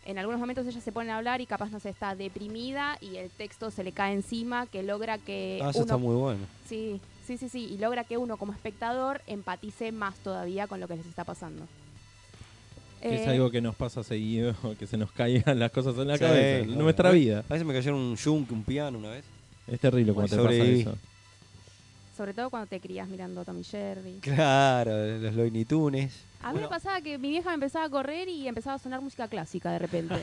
En algunos momentos ellas se ponen a hablar y capaz no se está deprimida y el texto se le cae encima, que logra Eh, que Ah, eso está uno muy bueno. Sí, sí, sí, sí. Y logra que uno como espectador empatice más todavía con lo que les está pasando. que es Eh, algo que nos pasa seguido, que se nos caigan las cosas en la Sí, cabeza. obvio. Nuestra vida. A veces me cayeron un yunk, un piano una vez. Es terrible cuando Bueno, te pasa sobreviví. eso. Sobre todo cuando te crías mirando Tommy Jerry. Claro, los Looney Tunes. A mí Bueno. me pasaba que mi vieja me empezaba a correr y empezaba a sonar música clásica de repente.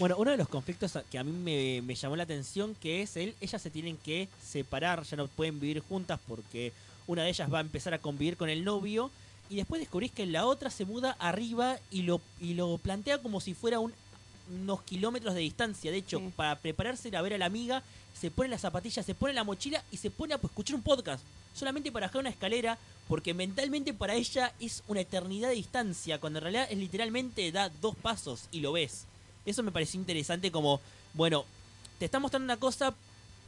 Bueno, uno de los conflictos a- que a mí me, me llamó la atención que es el, ellas se tienen que separar, ya no pueden vivir juntas porque una de ellas va a empezar a convivir con el novio y después descubrís que la otra se muda arriba y lo, y lo plantea como si fuera un- unos kilómetros de distancia. De hecho, Sí. para prepararse a ir a ver a la amiga, se pone las zapatillas, se pone la mochila y se pone a pues, escuchar un podcast solamente para bajar una escalera porque mentalmente para ella es una eternidad de distancia, cuando en realidad es literalmente da dos pasos y lo ves. Eso me pareció interesante como, bueno, te están mostrando una cosa,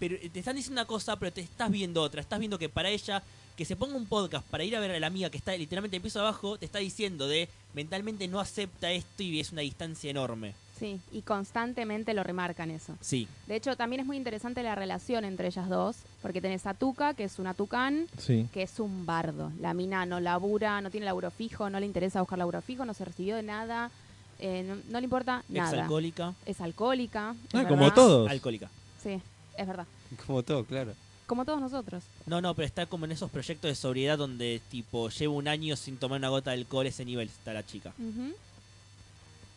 pero eh, te están diciendo una cosa, pero te estás viendo otra. Estás viendo que para ella, que se ponga un podcast para ir a ver a la amiga que está literalmente el piso abajo, te está diciendo de mentalmente no acepta esto y es una distancia enorme. sí, y constantemente lo remarcan eso. Sí. De hecho, también es muy interesante la relación entre ellas dos, porque tenés a Tuca, que es una tucán, Sí. que es un bardo. La mina no labura, no tiene laburo fijo, no le interesa buscar laburo fijo, no se recibió de nada, eh, no, no le importa Ex nada. alcohólica. Es alcohólica. es Ah, como verdad. todos. Alcohólica. Sí, es verdad. Como todo, claro. Como todos nosotros. No, no, pero está como en esos proyectos de sobriedad donde tipo lleva un año sin tomar una gota de alcohol ese nivel está la chica. Ujú.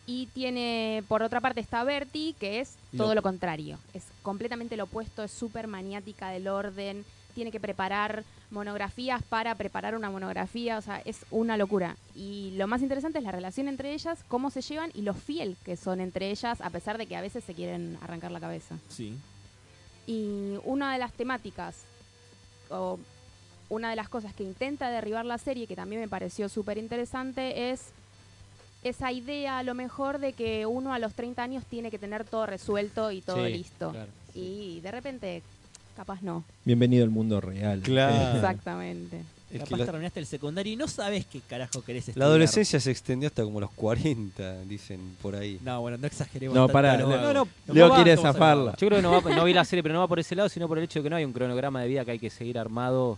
Y tiene, por otra parte, está Bertie, que es todo Loca. lo contrario. Es completamente lo opuesto, es súper maniática del orden, tiene que preparar monografías para preparar una monografía, o sea, es una locura. Y lo más interesante es la relación entre ellas, cómo se llevan y lo fiel que son entre ellas, a pesar de que a veces se quieren arrancar la cabeza. Sí. Y una de las temáticas, o una de las cosas que intenta derribar la serie, que también me pareció súper interesante, es esa idea a lo mejor de que uno a los 30 años tiene que tener todo resuelto y todo Sí, listo. claro. Y de repente, capaz no. Bienvenido al mundo real. Claro. Exactamente. Es que Capaz la, terminaste el secundario y no sabes qué carajo querés la estudiar. adolescencia se extendió hasta como los 40, dicen por ahí. No, bueno, no exageremos. No, tanto, pará. lo hago. No, no. Nos Leo vamos quiere abajo, zafarla. Yo creo que no, va, no vi la serie, pero no va por ese lado, sino por el hecho de que no hay un cronograma de vida que hay que seguir armado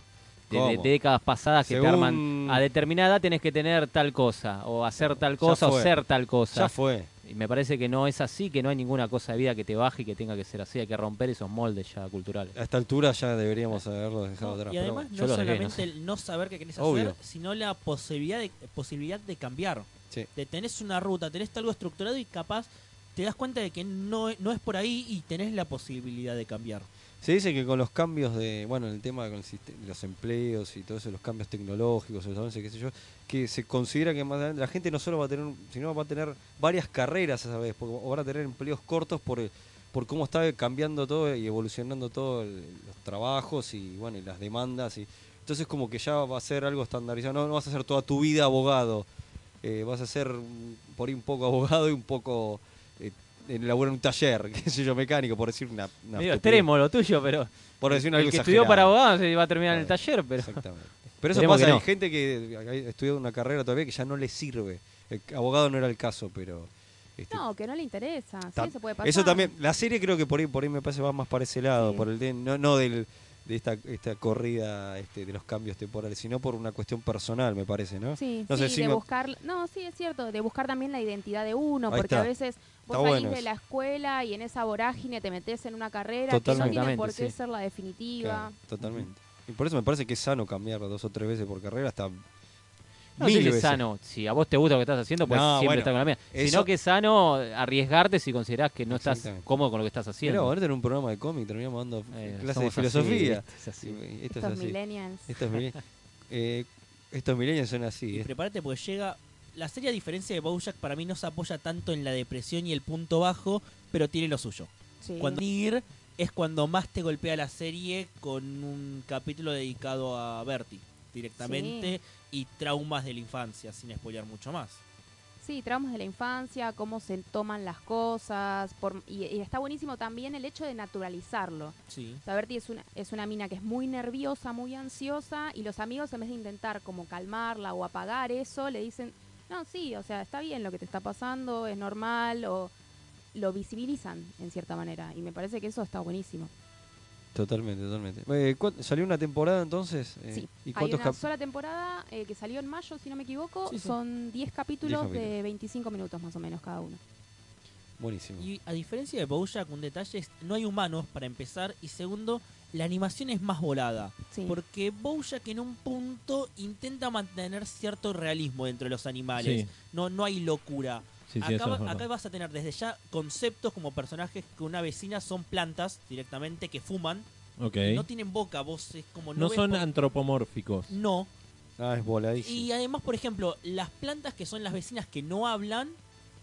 de, de- ¿Cómo? de décadas pasadas que Según- te arman. A determinada edad tenés que tener tal cosa, o hacer tal Ya cosa, o fue. ser tal cosa. Ya fue. Y me parece que no es así, que no hay ninguna cosa de vida que te baje y que tenga que ser así. Hay que romper esos moldes ya culturales. A esta altura ya deberíamos haberlo dejado atrás. y pero además bueno. yo no lo dejé, solamente no sé. el no saber qué querés Obvio. hacer, sino la posibilidad de, posibilidad de cambiar. Sí. De tenés una ruta, tenés algo estructurado y capaz te das cuenta de que no, no es por ahí y tenés la posibilidad de cambiar. Se dice que con los cambios de, bueno, el tema con el siste- los empleos y todo eso, los cambios tecnológicos, los avances, qué sé yo, que se considera que más adelante la gente no solo va a tener, un- sino va a tener varias carreras a la vez, porque o van a tener empleos cortos por, el- por cómo está cambiando todo y evolucionando todo el- los trabajos y bueno, y las demandas y entonces como que ya va a ser algo estandarizado, no, no vas a ser toda tu vida abogado, eh, vas a ser mm, por ahí un poco abogado y un poco eh, en laburo en un taller, qué sé yo, mecánico, por decir una, una Medio estupidez. extremo lo tuyo, pero. Por decir algo El que estudió exagerado. para abogado se va a terminar en el Claro, taller, pero. Exactamente. Pero eso Esperemos pasa, que hay no. gente que ha estudiado una carrera todavía que ya no le sirve. El abogado no era el caso, pero... este, No, que no le interesa. Sí, ta- eso puede pasar. eso también, la serie creo que por ahí, por ahí me parece va más para ese lado, Sí. por el de, no, no del, de esta, esta corrida este, de los cambios temporales, sino por una cuestión personal, me parece, ¿no? Sí, No sé, sí, sí, de me- buscar, no, sí, es cierto, de buscar también la identidad de uno, Ahí porque está. a veces vos Está salís bueno de eso. la escuela y en esa vorágine te metes en una carrera que no tiene Totalmente. por qué Sí. ser la definitiva. Claro, totalmente. Y por eso me parece que es sano cambiar dos o tres veces por carrera hasta No mil sé si es veces. sano. Si a vos te gusta lo que estás haciendo, pues No, siempre bueno, estar con la mía. eso- Sino que es sano arriesgarte si considerás que no estás Exactamente. cómodo con lo que estás Mirá, haciendo. ahora tener un programa de cómic, terminamos dando Eh, clases de somos así, filosofía. ¿viste? Es así. Y- y esto es Estos así. millennials. Estos, mile- eh, estos milenios son así. Y eh. prepárate porque llega. La serie, a diferencia de Bojack, para mí no se apoya tanto en la depresión y el punto bajo, pero tiene lo suyo. Sí. Cuando ir es cuando más te golpea la serie con un capítulo dedicado a Bertie directamente y traumas de la infancia, sin spoilear mucho más. Sí, traumas de la infancia, cómo se toman las cosas, por- y, y está buenísimo también el hecho de naturalizarlo. Sí. O sea, Bertie es una, es una mina que es muy nerviosa, muy ansiosa, y los amigos en vez de intentar como calmarla o apagar eso, le dicen, no, sí, o sea, está bien lo que te está pasando, es normal, o lo visibilizan en cierta manera, y me parece que eso está buenísimo. Totalmente, totalmente. Eh, ¿cuán- ¿Salió una temporada entonces? Eh, sí, ¿Y hay cuántos una cap- sola temporada eh, que salió en mayo, si no me equivoco, Sí, sí. son 10 capítulos de capítulos. 25 minutos más o menos cada uno. Buenísimo. Y a diferencia de Bojack, un detalle es no hay humanos para empezar y segundo, la animación es más volada. Sí. Porque Bojack en un punto intenta mantener cierto realismo dentro de los animales. Sí. No, no hay locura. Sí, sí, acá, eso va- es verdad. acá vas a tener desde ya conceptos como personajes que una vecina son plantas directamente que fuman. Ok. No tienen boca, vos es como no. No ves son por- antropomórficos. No. Ah, es voladísimo. Y además, por ejemplo, las plantas que son las vecinas que no hablan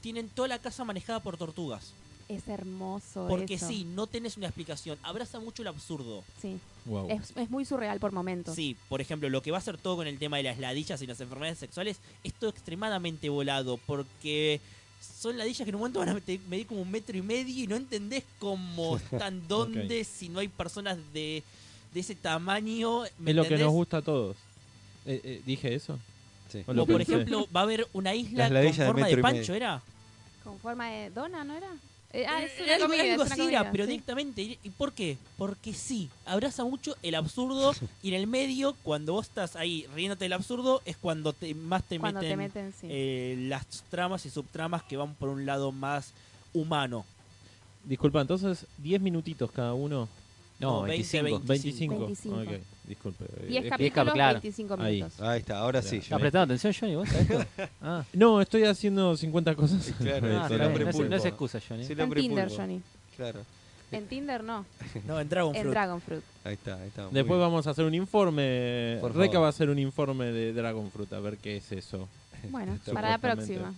tienen toda la casa manejada por tortugas. Es hermoso. Porque eso. sí, no tenés una explicación. Abraza mucho el absurdo. Sí. Wow. Es, es muy surreal por momentos. Oh. Sí, por ejemplo, lo que va a hacer todo con el tema de las ladillas y las enfermedades sexuales es todo extremadamente volado. Porque son ladillas que en un momento van a mete- medir como un metro y medio y no entendés cómo están dónde si no hay personas de, de ese tamaño. ¿me Es lo que entendés? nos gusta a todos. Eh, eh, ¿Dije eso? Sí. O O lo por pensé. ejemplo, va a haber una isla Las ladillas de con forma de, metro y pancho, medio. ¿era? Con forma de dona, ¿no era? Eh, ah, es Eh, una algo- comida, algo es una así era, comida, pero sí. directamente. ¿Y y por qué? Porque sí, abraza mucho el absurdo y en el medio, cuando vos estás ahí riéndote del absurdo, es cuando te, más te Cuando meten, te meten, sí. eh, las tramas y subtramas que van por un lado más humano. Disculpa, entonces 10 minutitos cada uno. No, No, 20, 25. 25. 25. Ok, disculpe. 10 Eh, capítulos, claro. 25 Ahí. minutos. Ahí está, ahora sí. Claro. ¿Estás prestando atención, Johnny? ¿Vos a esto? Ah, No, estoy haciendo 50 cosas. Claro, Ah, el está bien, hombre no, es, pulpo. no es excusa, Johnny. Sí, el Está en hombre Tinder, pulpo. Johnny. Claro, En Tinder no, No, en Dragon en Fruit. Dragon Fruit. ahí está, ahí está. muy Después bien. vamos a hacer un informe. Por Reca favor. va a hacer un informe de Dragon Fruit, a ver qué es eso. Bueno, Supuestamente. para la próxima.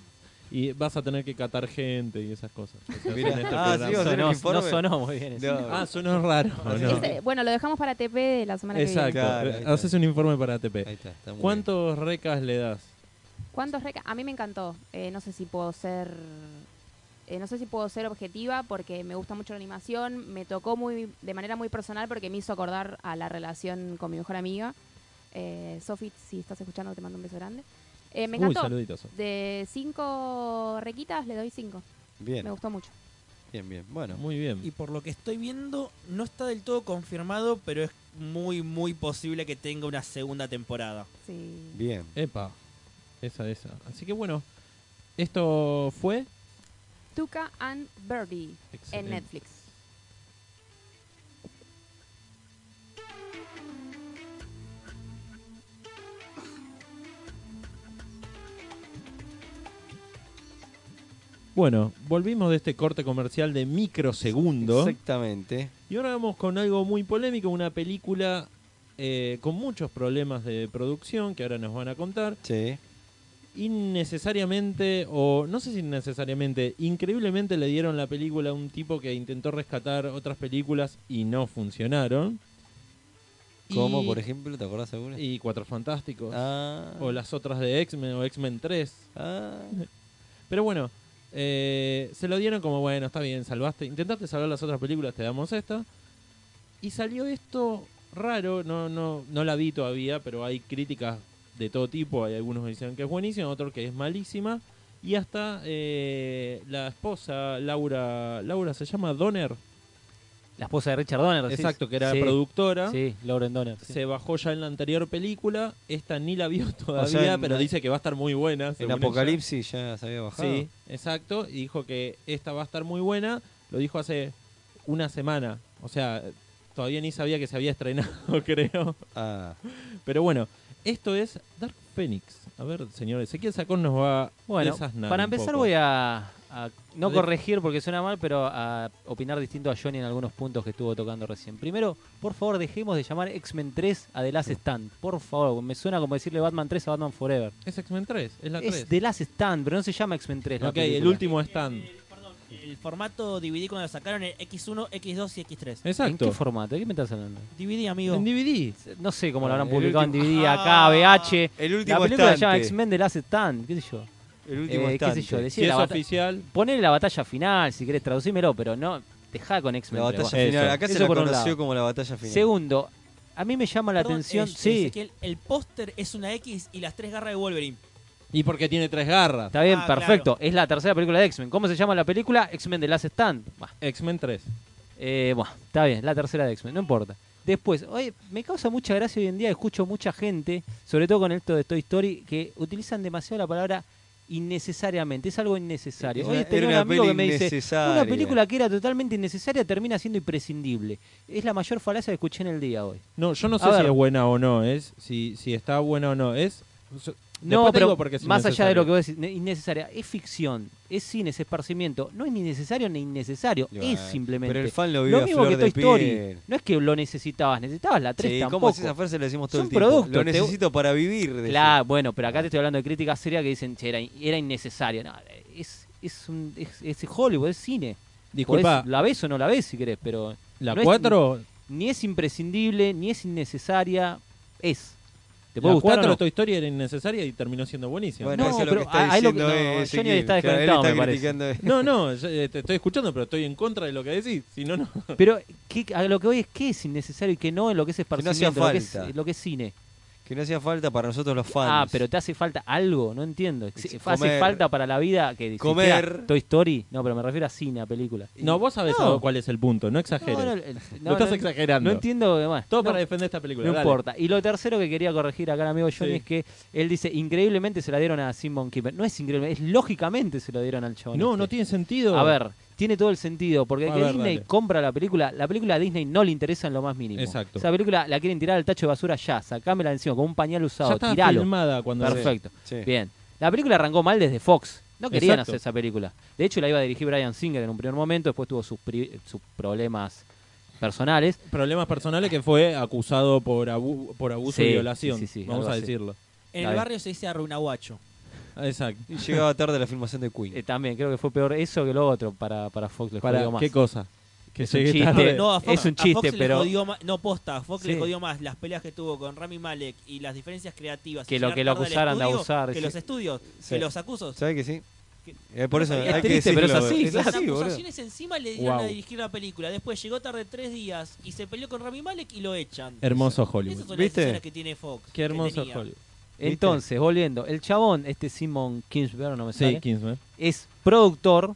Y vas a tener que catar gente y esas cosas. O sea, Mirá. son este Ah, programa. sí, o sea, Sonó- el informe. no sonó muy bien. eso. No, Ah, sonó raro. Así ¿no? que- Ese- Este, bueno, lo dejamos para TP de la semana que Exacto. Eh, viene. Claro, ahí está. Haces un informe para ATP. ahí está, está muy ¿Cuántos recas le das? ¿Cuántos reca- A mí me encantó. Eh, no sé si puedo ser... eh, no sé si puedo ser objetiva porque me gusta mucho la animación. Me tocó muy de manera muy personal porque me hizo acordar a la relación con mi mejor amiga. Eh, Sofi, si estás escuchando, te mando un beso grande. Eh, me Uy, encantó. saluditos. De cinco requitas le doy cinco. bien. Me Bien, gustó mucho. bien, bien. Bueno, Muy bien. Y por lo que estoy viendo, no está del todo confirmado, pero es muy, muy posible que tenga una segunda temporada. Sí. bien. Epa, esa, esa. Así que bueno, esto fue. Tuca and Birdie en Excelente. Netflix. Bueno, volvimos de este corte comercial de microsegundo. Exactamente. Y ahora vamos con algo muy polémico, una película eh, con muchos problemas de producción que ahora nos van a contar. Sí. Innecesariamente, o no sé si innecesariamente, increíblemente le dieron la película a un tipo que intentó rescatar otras películas y no funcionaron. Como, Y- por ejemplo, ¿te acordás alguna? Y Cuatro Fantásticos. Ah, O las otras de X-Men o X-Men 3. ah, Pero bueno, eh, se lo dieron como, bueno, está bien, salvaste, intentaste salvar las otras películas, te damos esta. Y salió esto raro, no, no, no la vi todavía, pero hay críticas de todo tipo, hay algunos que dicen que es buenísima, otros que es malísima. Y hasta eh, la esposa, Laura, Laura se llama Donner, La esposa de Richard Donner. decís. exacto, que era Ah, Sí, productora. Sí, Lauren Donner. sí. Se bajó ya en la anterior película, esta ni la vio todavía, en- pero dice que va a estar muy buena. en según ella. Apocalipsis ya se había bajado. Sí, exacto. Y dijo que esta va a estar muy buena. Lo dijo hace una semana. O sea, todavía ni sabía que se había estrenado, creo. Ah, Pero bueno, esto es Dark Phoenix. A ver, señores, Ezequiel Sacón nos va Bueno, desasnar para un empezar poco. voy a, a no De- corregir porque suena mal, pero a opinar distinto a Johnny en algunos puntos que estuvo tocando recién. Primero, por favor, dejemos de llamar X-Men 3 a The Last Stand. Por favor, me suena como decirle Batman 3 a Batman Forever. Es X-Men 3, es la 3. Es The Last Stand, pero no se llama X-Men 3. la ok, el película. último stand. El formato DVD cuando lo sacaron el X1, X2 y X3. Exacto. ¿En qué formato? ¿De qué me estás hablando? DVD, amigo. En DVD. No sé cómo lo habrán Eh, El publicado en último- DVD acá, Ah, VH. el La último película se llama estante. X-Men The Last Stand, qué sé yo. El último Eh, qué sé estante. yo, Si decir es la, bata- oficial. ponele la batalla final, si querés traducímelo, pero no, dejá con X-Men. La pero batalla bueno. Eso. final. Acá se Eso la por un conoció lado. como la batalla final. Segundo, a mí me llama la Perdón, atención. eh, sí, Ezequiel, el póster es una X y las tres garras de Wolverine. Y porque tiene tres garras. está bien, Ah, perfecto. Es la tercera película de X-Men. ¿Cómo se llama la película? X-Men The Last Stand. Bah, X-Men 3. eh, buah, está bien, la tercera de X-Men, no importa. Después, oye, me causa mucha gracia hoy en día, escucho mucha gente, sobre todo con esto de Toy Story, que utilizan demasiado la palabra innecesariamente. Es algo innecesario. Era- Hoy era tenía un una amigo peli que me dice, innecesaria. Una película que era totalmente innecesaria termina siendo imprescindible. Es la mayor falacia que escuché en el día hoy. No, yo no sé A si ver. es buena o no. Es si, si está buena o no. Es. No, Después te pero digo porque es más allá de innecesario. lo que vos decís, ne- innecesaria, es ficción, es cine, es esparcimiento. No es ni necesario ni innecesario, Y bueno, es simplemente. Pero el fan lo vio lo a mismo flor que de Toy Story. piel. No es que lo necesitabas, necesitabas la 3 Sí, ¿cómo tampoco. es esa frase? Lo decimos todo Son el tiempo. productos, Lo te- necesito para vivir. decís. Claro, bueno, pero acá te estoy hablando de críticas serias que dicen, che, era, in- era innecesaria. No, es, es, un- es- es Hollywood, es cine. Disculpa, Podés- la ves o no la ves si querés, pero la no es- 4. ni es imprescindible, ni es innecesaria, es. ¿Te puede La gustar o 4 no? tu historia era innecesaria y terminó siendo buenísima. Bueno, No, eso es lo pero que está ahí lo que- diciendo no, Johnny Ezequiel. está Claro, él desconectado, me parece. criticando No, no, yo, eh, te estoy escuchando, pero estoy en contra de lo que decís. Si no, no. Pero ¿qué- a lo que voy es que es innecesario y que no en lo que es no hacía esparcimiento, lo, que es, falta. lo que es cine. Que no hacía falta para nosotros los fans. Ah, pero te hace falta algo, no entiendo. Si- Ex- hace comer. falta para la vida que si Comer. queda Toy Story. No, pero me refiero a cine, a película. No, vos sabés No. cuál es el punto, no No, exageres. no, No, el- no, lo estás no- exagerando. no entiendo. bueno, Todo no, para defender esta película. no dale. importa. Y lo tercero que quería corregir acá al amigo Johnny Sí. es que él dice, increíblemente se la dieron a Simon Kimmer. No es increíble, es lógicamente se lo dieron al chabón. No, este. no tiene sentido. A ver, tiene todo el sentido, porque el A que ver, Disney dale. compra la película, la película a Disney no le interesa en lo más mínimo. Exacto. Esa película la quieren tirar al tacho de basura ya, sacámela de encima con un pañal ya usado, está tiralo. filmada cuando. Perfecto. Sí. Bien. La película arrancó mal desde Fox. No querían Exacto. hacer esa película. De hecho, la iba a dirigir Brian Singer en un primer momento, después tuvo sus, pri- sus problemas personales. Problemas personales que fue acusado por, abu- por abuso Sí, y violación. sí, sí, sí, vamos algo a así. decirlo. Está En el bien. barrio se dice arruinaguacho. Exacto. Y llegaba tarde a la filmación de Queen. Eh, también creo que fue peor eso que lo otro para, para Fox. Les Para, jodió más. ¿Qué cosa? Que Es un llegue chiste. tarde. No, a Fox, Ah, Es un a Fox chiste, le pero- jodió más- no, posta. A Fox le Sí. jodió más las peleas que tuvo con Rami Malek y las diferencias creativas. y Que lo llegar que lo tarde al acusaran de estudio abusar, Que sí. los estudios, Sí. que los acusos. ¿Sabes que sí? Eh, por eso Es hay que triste, pero es decirlo, así, Es claro. así, las boludo. acusaciones encima le dieron Guau. a dirigir la película. Después llegó tarde tres días y se peleó con Rami Malek y lo echan. Hermoso Esas Hollywood. son ¿Viste? las decisiones que tiene Fox. Qué que hermoso tenía. Hollywood. Entonces, volviendo, el chabón, este Simon Kingsbury, no me sale, Sí, Kingsman. es productor,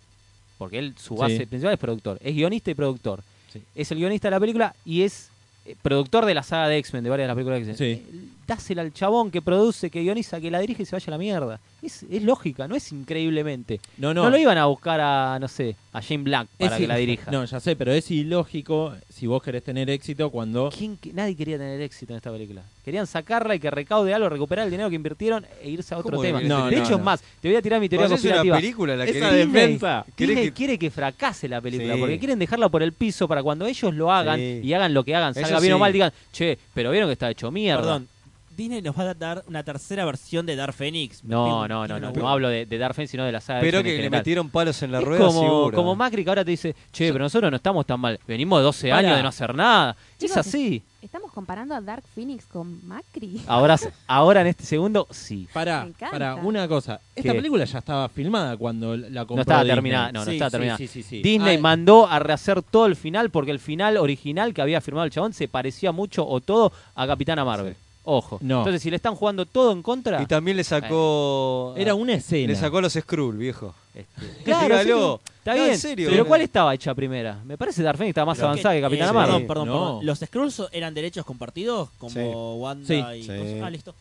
porque él su base Sí. principal es productor, es guionista y productor. Sí. Es el guionista de la película y es eh, productor de la saga de X-Men, de varias de las películas de X-Men. Sí. Eh, quitásela al chabón que produce, que guioniza, que la dirige y se vaya a la mierda. Es, es lógica, no es increíblemente. No, No. no. lo iban a buscar a, no sé, a Jane Black para Es que il- la dirija. No, ya sé, pero es ilógico si vos querés tener éxito cuando. ¿Quién que- nadie quería tener éxito en esta película. Querían sacarla y que recaude algo, recuperar el dinero que invirtieron e irse a otro ¿Cómo tema. que no, de no, hecho, no. es más, te voy a tirar mi teoría Pues es una conspirativa. película la que Esa elige. Disney- defensa. ¿Querés Disney que- quiere que fracase la película, Sí. porque quieren dejarla por el piso para cuando ellos lo hagan Sí. y hagan lo que hagan, salga Eso bien o sí. mal, digan, che, pero vieron que está hecho mierda. Perdón. Disney nos va a dar una tercera versión de Dark Phoenix. Me pego No, no, un no, tiro no, en la no hablo de, de Dark Fate, sino de la saga. de Pero X-Men en que le general. metieron palos en la Es rueda como, seguro. como Macri que ahora te dice, che, pero nosotros no estamos tan mal, venimos de 12 Pará. años de no hacer nada. Chicos, es así. Estamos comparando a Dark Phoenix con Macri. Ahora, ahora en este segundo, sí. Me Pará, encanta. pará, una cosa. Esta ¿Qué? película ya estaba filmada cuando la compró. estaba Disney. terminada, no, no estaba terminada. Sí, sí, sí. Disney Ah, mandó a rehacer todo el final porque el final original que había firmado el chabón se parecía mucho o todo a Capitana Marvel. Ojo. No. Entonces, si le están jugando todo en contra. Y también le sacó. Era una escena. Le sacó los Skrull, viejo. este, Dígalo. sí, está No, en bien. serio. Pero ¿cuál estaba hecha primera? Me parece Dark Phoenix estaba más Pero avanzada que Capitana eh, Marvel. Sí, Perdón, perdón, no. perdón. ¿Los Skrulls eran derechos compartidos? Como Sí. Wanda Sí. y Sí. cosas. Ah, listo.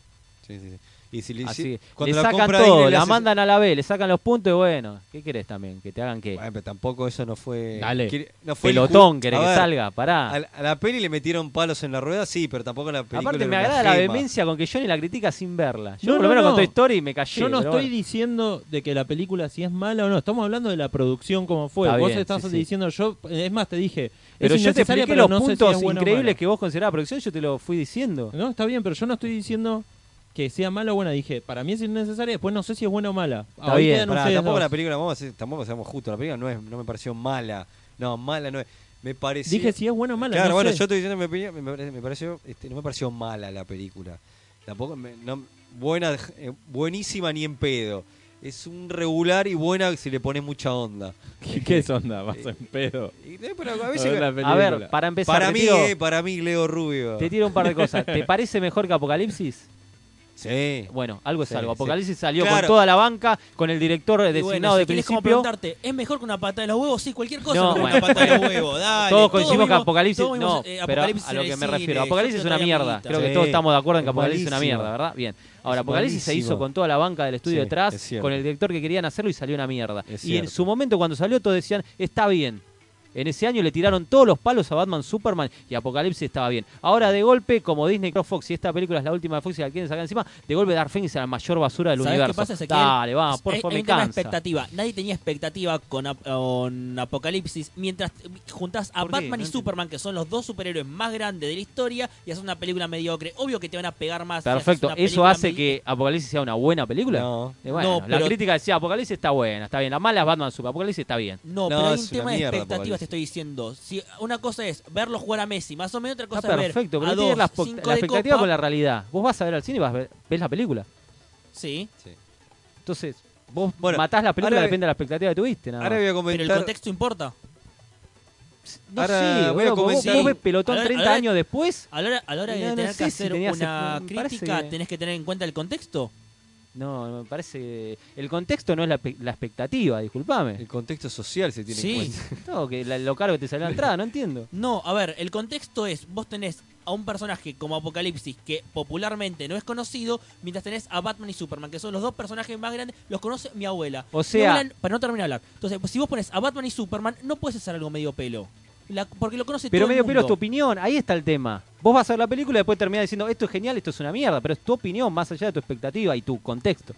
Sí, sí, sí. Y si le, Así si- que cuando le la sacan compra todo, Disney, le la hace- mandan a la B, le sacan los puntos y bueno, ¿qué querés también? ¿Que te hagan qué? Bueno, pero tampoco eso no fue. Dale. Quiere- No fue el Pelotón, ju- ¿querés A que ver, salga? Pará. A la, a la peli le metieron palos en la rueda, sí, pero tampoco en la película. Aparte era me una agrada la gema. vehemencia con que Johnny la critica sin verla. Yo No, por lo no, menos no. con Toy Story me callé. Yo no pero estoy bueno. diciendo de que la película si es mala o no. Estamos hablando de la producción como fue. Está Vos bien, estás sí, sí. diciendo, yo, es más, te dije, Pero es yo te innecesaria, expliqué pero los no sé si puntos es bueno o increíbles malo. que vos considerabas producción, yo te lo fui diciendo. No, está bien, pero yo no estoy diciendo que sea mala o buena. Dije, para mí es innecesaria, después no sé si es buena o mala. Está bien, quedan Pará, ustedes tampoco dos. la película, vamos a ser- tampoco seamos justos, la película no, es, no me pareció mala. No, mala no es. Me pareció. Dije si es buena o mala. Claro, no bueno, sé. yo estoy diciendo mi opinión, me, parece- me pareció, este, no me pareció mala la película. Tampoco, me- no- buena, eh, buenísima ni en pedo. Es un regular y buena si le pones mucha onda. ¿Qué, qué es onda? Vas en pedo. Y, eh, pero a A veces- ver la A ver, película. para empezar, para te, mí, tiro, eh, para mí, Leo Rubio. te tiro un par de cosas. ¿Te parece mejor que Apocalipsis? Sí. Bueno, algo es Sí, algo. sí. Apocalipsis salió Claro. con toda la banca, con el director Y designado bueno, de si querés como principio. preguntarte, ¿es mejor que una patada de los huevos? Sí, cualquier cosa No, es mejor que bueno. una patada de los huevos. Dale, todos coincidimos que Ah, eh, vimos- Apocalipsis todos vimos, no, eh, pero Apocalipsis a lo en que el me cine, refiero, yo Apocalipsis es soy una otra mierda, amiguita. creo que Sí. todos estamos de acuerdo en que Es Apocalipsis es una malísimo. mierda, ¿verdad? Bien. Ahora, Es Apocalipsis se malísimo. hizo con toda la banca del estudio Sí, es detrás, cierto. con el director que querían hacerlo y salió una mierda. Es Y en cierto. su momento cuando salió todos decían, está bien. En ese año le tiraron todos los palos a Batman Superman y Apocalipsis estaba bien. Ahora de golpe, como Disney Cross Fox, y esta película es la última de Fox y la quieren sacar encima, de golpe Dark Phoenix es la mayor basura del ¿Sabés universo. qué pasa, Ezequiel? Dale, vamos, Ah, por Hay- favor, hay me un tema de cansa. expectativa. Nadie tenía expectativa con, Ap- con Apocalipsis. Mientras juntás a ¿Por qué? Batman No y entiendo. Superman, que son los dos superhéroes más grandes de la historia, y haces una película mediocre. Obvio que te van a pegar más. si haces Perfecto, una ¿eso película hace medi- que Apocalipsis sea una buena película? No. Y bueno, No, la pero- crítica decía Apocalipsis está buena, está bien. La mala es Batman Super. Apocalipsis está bien. No, No, pero hay es un una tema mierda, de expectativas, te Apocalipsis. estoy diciendo. Si, una cosa es verlo jugar a Messi, más o menos otra cosa Está es ver perfecto, a pero dos, tiene la, expo- cinco la de expectativa copa. con la realidad. Vos vas a ver al cine y vas a ver, ves la película. Sí, Entonces, vos Bueno, matás la película ahora- depende de la expectativa que tuviste. Nada Ahora más. voy a pero el comentar. contexto importa. No ahora sé, voy a boludo, vos- comenzar- vos ves pelotón Ahora- 30 ahora- años después. A la hora, a la hora de No, no tener sé que si hacer tenía una sec- me parece crítica, que- tenés que tener en cuenta el contexto. No, me parece. que El contexto no es la, pe- la expectativa, disculpame. El contexto social se tiene en Sí. cuenta. No, que la- lo caro que te salió la entrada, no entiendo. No, a ver, el contexto es, vos tenés a un personaje como Apocalipsis que popularmente no es conocido, mientras tenés a Batman y Superman, que son los dos personajes más grandes, los conoce mi abuela. O Mi sea- abuela- para no terminar de hablar. Entonces, pues, si vos pones a Batman y Superman, no puedes hacer algo medio pelo. La- porque lo conoce Pero todo el medio pelo es tu mundo. opinión, ahí está el tema. Vos vas a ver la película y después terminás diciendo esto es genial, esto es una mierda, pero es tu opinión más allá de tu expectativa y tu contexto.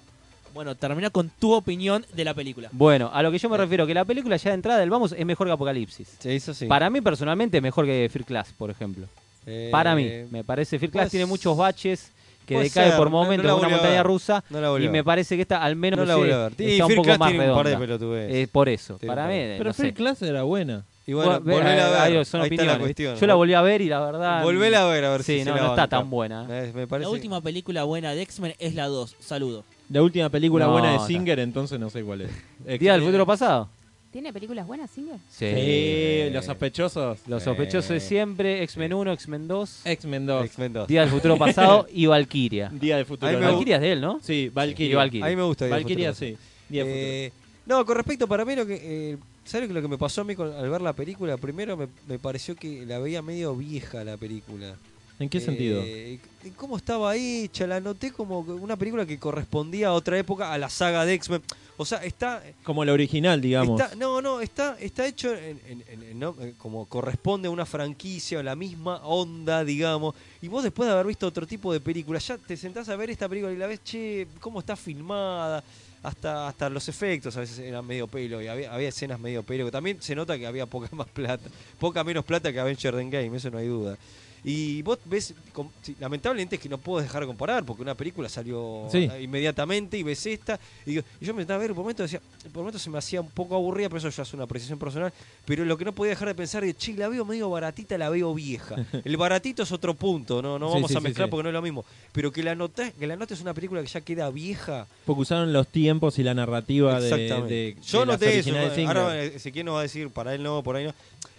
Bueno, termina con tu opinión de la película. Bueno, a lo que yo me refiero, que la película ya de entrada del Vamos es mejor que Apocalipsis. Sí, eso sí. Para mí personalmente es mejor que Fear Class, por ejemplo. Eh, Para mí, me parece Fear Class pues- tiene muchos baches que puede decae ser, por no- no momentos la en una volví a montaña ver. rusa No la volví y a me ver. parece que esta al menos No la sé, volví a ver. Y está un Fear poco Class más tiene un par de redonda. pelotudeces. Eh, por eso, Sí, para mí, perdón. no Pero sé. Free Class era buena. Y bueno, Bueno, volvela a ver. eh, Ahí, ahí son está la opiniones. cuestión. Yo la volví a ver y la verdad. Volvela a ver a ver Sí, si no, se la no está banca. tan buena. Eh, me parece La última película buena de X-Men es la 2. Saludo. La última película No, buena de no. Singer, entonces no sé cuál es. Eh, Día del eh, futuro pasado. ¿Tiene películas buenas, Singer? Sí, los sospechosos. Los sospechosos de Sí. siempre, X-Men 1, X-Men 2, X-Men 2. X-Men 2. Día del Futuro Pasado y Valkyria. Día del futuro. Ahí me ¿no? gu- Valkyria es de él, ¿no? Sí, Y Valkyria. Valkyria. A mí me gusta. Día del Valkyria, Futuro sí. Día del futuro. Eh, no, con respecto, para mí lo que... eh, ¿Sabes lo que me pasó a mí con- al ver la película? Primero me, me pareció que la veía medio vieja la película. ¿En qué sentido? Eh, ¿Cómo estaba hecha? La noté como una película que correspondía a otra época, a la saga de X-Men. O sea, está, Como la original, digamos. Está- no, no, está, está hecho en- en- en- en- ¿no? Eh, como corresponde a una franquicia o la misma onda, digamos. Y vos después de haber visto otro tipo de película, ya te sentás a ver esta película y la ves, che, cómo está filmada, hasta, hasta los efectos a veces eran medio pelo y había, había escenas medio pelo. que También se nota que había poca más plata, poca menos plata que Avengers Endgame, eso no hay duda. Y vos ves, com- sí, lamentablemente es que no puedo dejar de comparar, porque una película salió Sí. inmediatamente y ves esta. Y, digo- y yo me estaba a ver, por un momento decía, por un momento se me hacía un poco aburrida, pero eso ya es una apreciación personal. Pero lo que no podía dejar de pensar es, che, la veo medio baratita, la veo vieja. El baratito es otro punto, no, no Sí, vamos sí, a sí, mezclar sí. porque no es lo mismo. Pero que la notes, que la notes es una película que ya queda vieja. Porque usaron los tiempos y la narrativa de, Exactamente. de- Yo de las noté eso. originales de Singer. Ahora Ezequiel nos va a decir, para él no, por ahí no.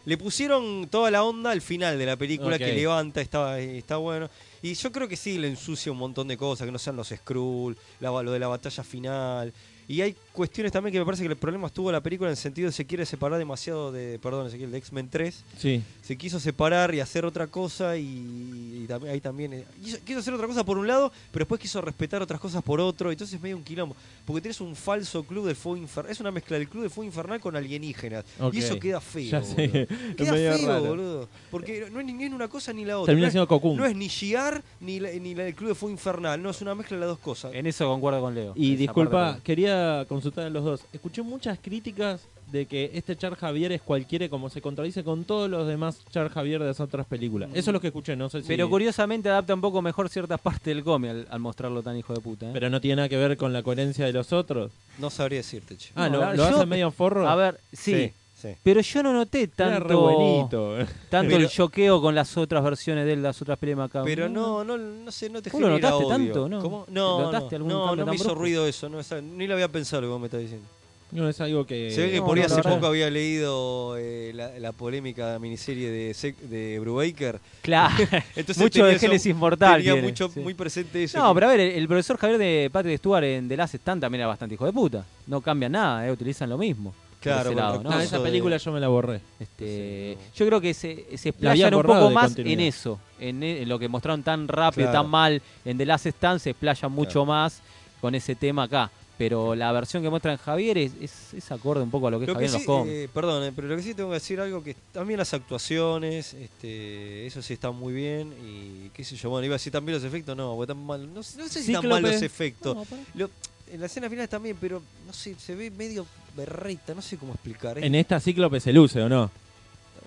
Le pusieron toda la onda al final de la película Ok. que levanta, está, está bueno. Y yo creo que sí le ensucia un montón de cosas, que no sean los Skrull, la- lo de la batalla final. Y hay cuestiones también que me parece que el problema estuvo la película en el sentido de se quiere separar demasiado de, perdón, Ezequiel, de X-Men 3 Sí. se quiso separar y hacer otra cosa y, y también, ahí también eh, quiso, quiso hacer otra cosa por un lado pero después quiso respetar otras cosas por otro entonces es medio un quilombo porque tienes un falso club del fuego infernal es una mezcla del club del fuego infernal con alienígenas Ok. y eso queda feo Ya sé. boludo. Es queda medio feo raro. boludo porque no es ninguna una cosa ni la otra Termina no, siendo es, Cocoon. no es ni Giar ni, la- ni la del club del fuego infernal no es una mezcla de las dos cosas Eh. En eso concuerdo con Leo. Y Esa disculpa, parte- quería consultar a los dos. Escuché muchas críticas de que este Char Javier es cualquiera, como se contradice con todos los demás Char Javier de las otras películas. Eso es lo que escuché, no sé si. Pero curiosamente adapta un poco mejor ciertas partes del cómic al, al mostrarlo tan hijo de puta. ¿eh? Pero no tiene nada que ver con la coherencia de los otros. no sabría decirte che. Ah, No, ¿lo, la- lo yo- hacen medio forro? A ver, sí, Sí. Pero yo no noté Era re tanto, buenito. tanto Pero- el choqueo con las otras versiones de él, las otras películas acá. Pero no, no, no sé, no te ¿Vos Mm. lo genera notaste odio. tanto, no? ¿Cómo? No, no, ¿Notaste algún no, cambio no me tan hizo brusco? ruido eso, no, esa- ni lo había pensado lo que vos me estás diciendo. No es algo que. Se ve que Eh, no, por ahí no, la hace verdad. poco había leído eh, la, la polémica miniserie de, Sec- de Brubaker. Claro. Entonces Mucho tenía de eso- Génesis Mortal. Tenía tiene, mucho, sí. muy presente eso. No, pero a ver, el, el profesor Javier de Patrick Stewart en The Last Stand también era bastante hijo de puta. No cambian nada, eh, utilizan lo mismo. por Claro, ese con lado, ¿no? Ah, recursos. esa de- película yo me la borré. Este, Sí, no. Yo creo que se, se La había explayan un borrado poco de más continuidad. en eso, en, e- en lo que mostraron tan rápido, Claro. tan mal. En The Last Stand se explayan mucho más con ese tema acá. Pero la versión que muestran Javier es, es, es acorde un poco a lo que es Lo que Javier en sí, los cómics. eh, perdón, eh, pero lo que sí tengo que decir algo que también las actuaciones, este, eso sí está muy bien y qué sé yo, bueno, iba a decir también los efectos, no, porque tan mal, no, sé- no sé si están mal Cíclope. los efectos. Lo- en la escena final también, pero no sé, se ve medio berreta, no sé cómo explicar. ¿eh? En esta cíclope se luce, ¿o no?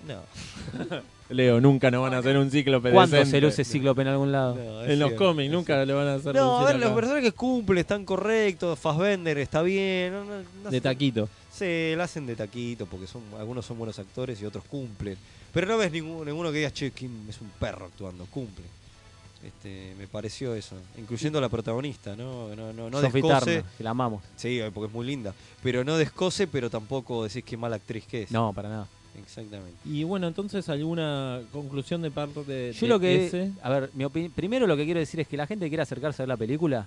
No, Leo, nunca nos van a hacer un cíclope ¿Cuándo se decente. luce Cíclope en algún lado? no, es En los cierto, cómics, es nunca le van a hacer No, a lucir ver, acá. los personajes cumplen, están correctos, Fassbender está bien. no, no, no De sé. taquito. Se la hacen de taquito porque son algunos son buenos actores y otros cumplen. Pero no ves ninguno, ninguno que digas, che, Kim es un perro actuando, cumple. Este, me pareció eso, incluyendo a la protagonista, ¿no? No, no, no Sophie descose. Turner, que la amamos. Sí, eh, porque es muy linda. Pero no descose, pero tampoco decís qué mala actriz que es. No, para nada. Exactamente. Y bueno, entonces, ¿alguna conclusión de parte de, Yo de lo que. ese? A ver, mi opinión. Primero lo que quiero decir es que la gente que quiera acercarse a ver la película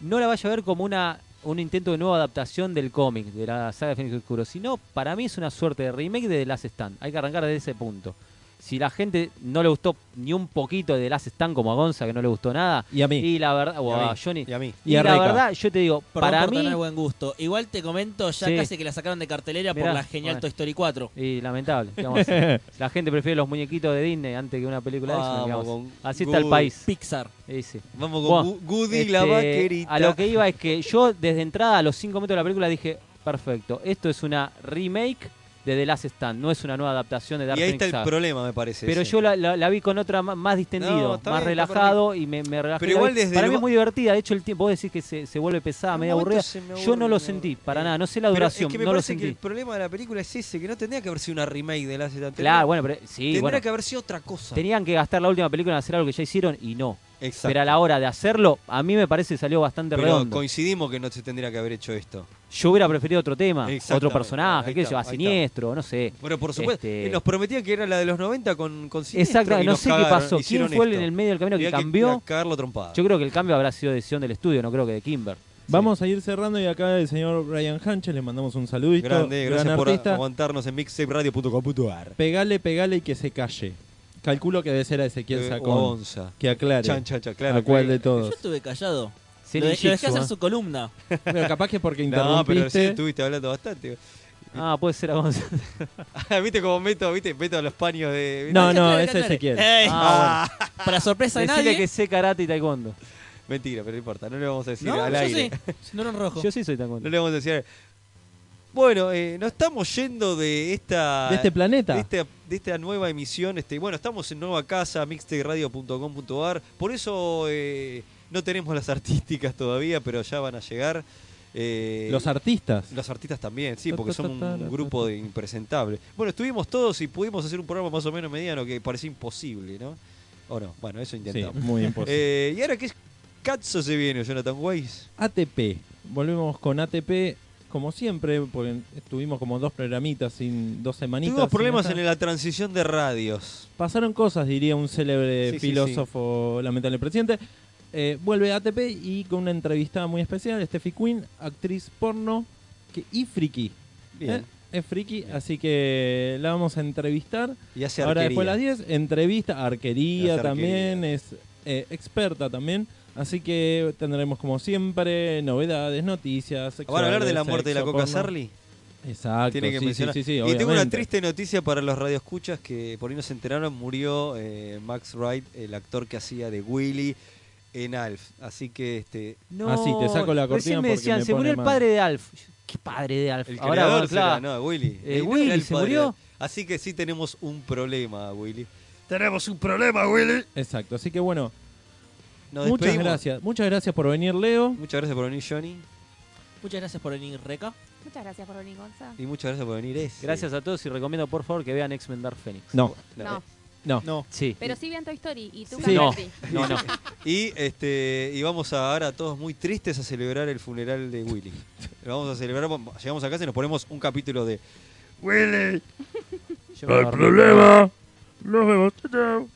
no la vaya a ver como una un intento de nueva adaptación del cómic, de la saga de Fénix Oscuro, sino para mí es una suerte de remake de The Last Stand. Hay que arrancar desde ese punto. Si la gente no le gustó ni un poquito de The Last Stand, como a Gonza, que no le gustó nada, Y a mí. y la verdad, o Y a a mí, Ah, Johnny, Y a mí. Y y a la Reca. verdad, yo te digo, Perdón para por mí, tener buen gusto. Igual te comento, ya Sí. casi que la sacaron de cartelera Mirá, por la genial bueno. Toy Story 4. y lamentable, ¿qué vamos a hacer? la gente prefiere los muñequitos de Disney antes que una película de X-Men, ¿qué Vamos vamos a hacer? con Así está el Good. país. Pixar. Ese. Vamos con Bueno, Gu- Goody la Este, vaquerita. A lo que iba es que yo desde entrada a los 5 minutos de la película dije, perfecto, esto es una remake de The Last Stand, no es una nueva adaptación de Dark Y ahí está Phoenix el Saga". problema, me parece. Pero sí. yo la, la- la vi con otra ma- más No, distendido, está más bien, está relajado y me, me relajé. Pero la igual vi. desde para el mí es go- muy divertida, de hecho el tiempo, vos decís que se, se vuelve pesada, En medio un momento aburrida. se me Yo aburre, no lo me sentí, aburre. para Eh, nada, no sé la pero duración, es que me no lo parece que sentí. el problema de la película es ese, que no tendría que haber sido una remake de la Z. Claro, bueno, pero sí, tendría bueno, que haber sido otra cosa. tenían que gastar la última película en hacer algo que ya hicieron y no. Exacto. Pero a la hora de hacerlo, a mí me parece que salió bastante Pero redondo. coincidimos que no se tendría que haber hecho esto. Yo hubiera preferido otro tema, otro Exactamente, personaje, ahí qué sé está, yo, a ahí está. siniestro, no sé. Pero por supuesto, Este- eh, nos prometían que era la de los 90 con, con Siniestro, Exacto, y no nos sé qué cagaron, pasó. ¿Quién hicieron fue el esto. en el medio del camino que Había cambió? cagarlo trompada. Yo creo que el cambio habrá sido decisión del estudio, no creo que de Kimber. Vamos a ir cerrando y acá el señor Brian Hanches le mandamos un saludito. Grande, gran gracias por artista. aguantarnos en mixtaperadio.com.ar. Pegale, pegale y que se calle. Calculo que debe ser a Ezequiel Eh, o Sacón. Gonza. Que aclare. Chan, chan, chan, claro. ¿A cuál de Yo todos? estuve callado. Sin Lo, de- lo dejé ninjitsu, hacer ¿eh? su columna. Pero capaz que porque No, pero recién interrumpiste. estuviste hablando bastante. Ah, puede ser a Gonza. ¿Viste cómo meto, viste, meto los paños de... ¿viste? no, Aclare, no, aclare, es aclare. Ezequiel. Ey, Ah, Para sorpresa de bueno. Decirle nadie. que sé karate y taekwondo. Mentira, pero no importa, no le vamos a decir no, al yo aire. sí. Si no era un rojo. Yo sí soy taekwondo. No le vamos a decir al aire. Bueno, eh, nos estamos yendo de esta... De este planeta. de esta, de esta nueva emisión. Este, bueno, estamos en nueva casa, mixteradio.com.ar. Por eso eh, no tenemos las artísticas todavía, pero ya van a llegar. Eh, Los artistas. los artistas también, sí, Ta, porque ta, son ta, ta, ta, un grupo de impresentables. Bueno, estuvimos todos y pudimos hacer un programa más o menos mediano que parecía imposible, ¿no? O no, bueno, eso Sí, intentamos. muy importante. Eh, ¿Y ahora qué cazzo se viene, Jonathan Weiss? ATP. Volvemos con ATP, como siempre, porque estuvimos como dos programitas sin dos semanitas. Tuvimos sin problemas estar. en la transición de radios. Pasaron cosas, diría un célebre Sí, sí, filósofo, lamentable presidente. Eh, vuelve ATP y con una entrevistada muy especial, Steffi Queen, actriz porno que, y friki. Bien. Eh, Es friki, Bien. así que la vamos a entrevistar. Y hace Ahora arquería. después de las 10, entrevista, arquería Hace también, arquería. es eh, experta también. Así que tendremos como siempre novedades, noticias. ¿Van a hablar de la sexuales, muerte de la sexo, Coca porno. Sarli? Exacto, Tiene que sí, sí, mencionar. sí, sí, y tengo una obviamente. triste noticia para los radioescuchas que por ahí no se enteraron, murió eh, Max Wright, el actor que hacía de Willy en Alf. Así que este No, Ah, sí, te saco la cortina Recién me porque decían, me se murió pone el mal. padre de Alf. Yo, ¿Qué padre de Alf? el Ahora, creador bueno, claro. será, no, Willy. Eh, Él era Willy, el ¿se padre. murió? Así que sí tenemos un problema, Willy. Tenemos un problema, Willy. Exacto, así que bueno, Nos muchas despedimos. gracias. Muchas gracias por venir, Leo. Muchas gracias por venir, Johnny. Muchas gracias por venir, Reca. Muchas gracias por venir, Gonza. Y muchas gracias por venir, Es. Gracias a todos y recomiendo por favor que vean X-Men Dark Phoenix. No, No, no. Sí. pero sí vean Toy Story y tú Sí. Candy No. Crush. No, no. Y este y vamos a, ahora todos muy tristes a celebrar el funeral de Willy. Lo vamos a celebrar, vamos- llegamos a casa y nos ponemos un capítulo de Yo me voy a dormir. problema. Nos vemos. Chao, chao.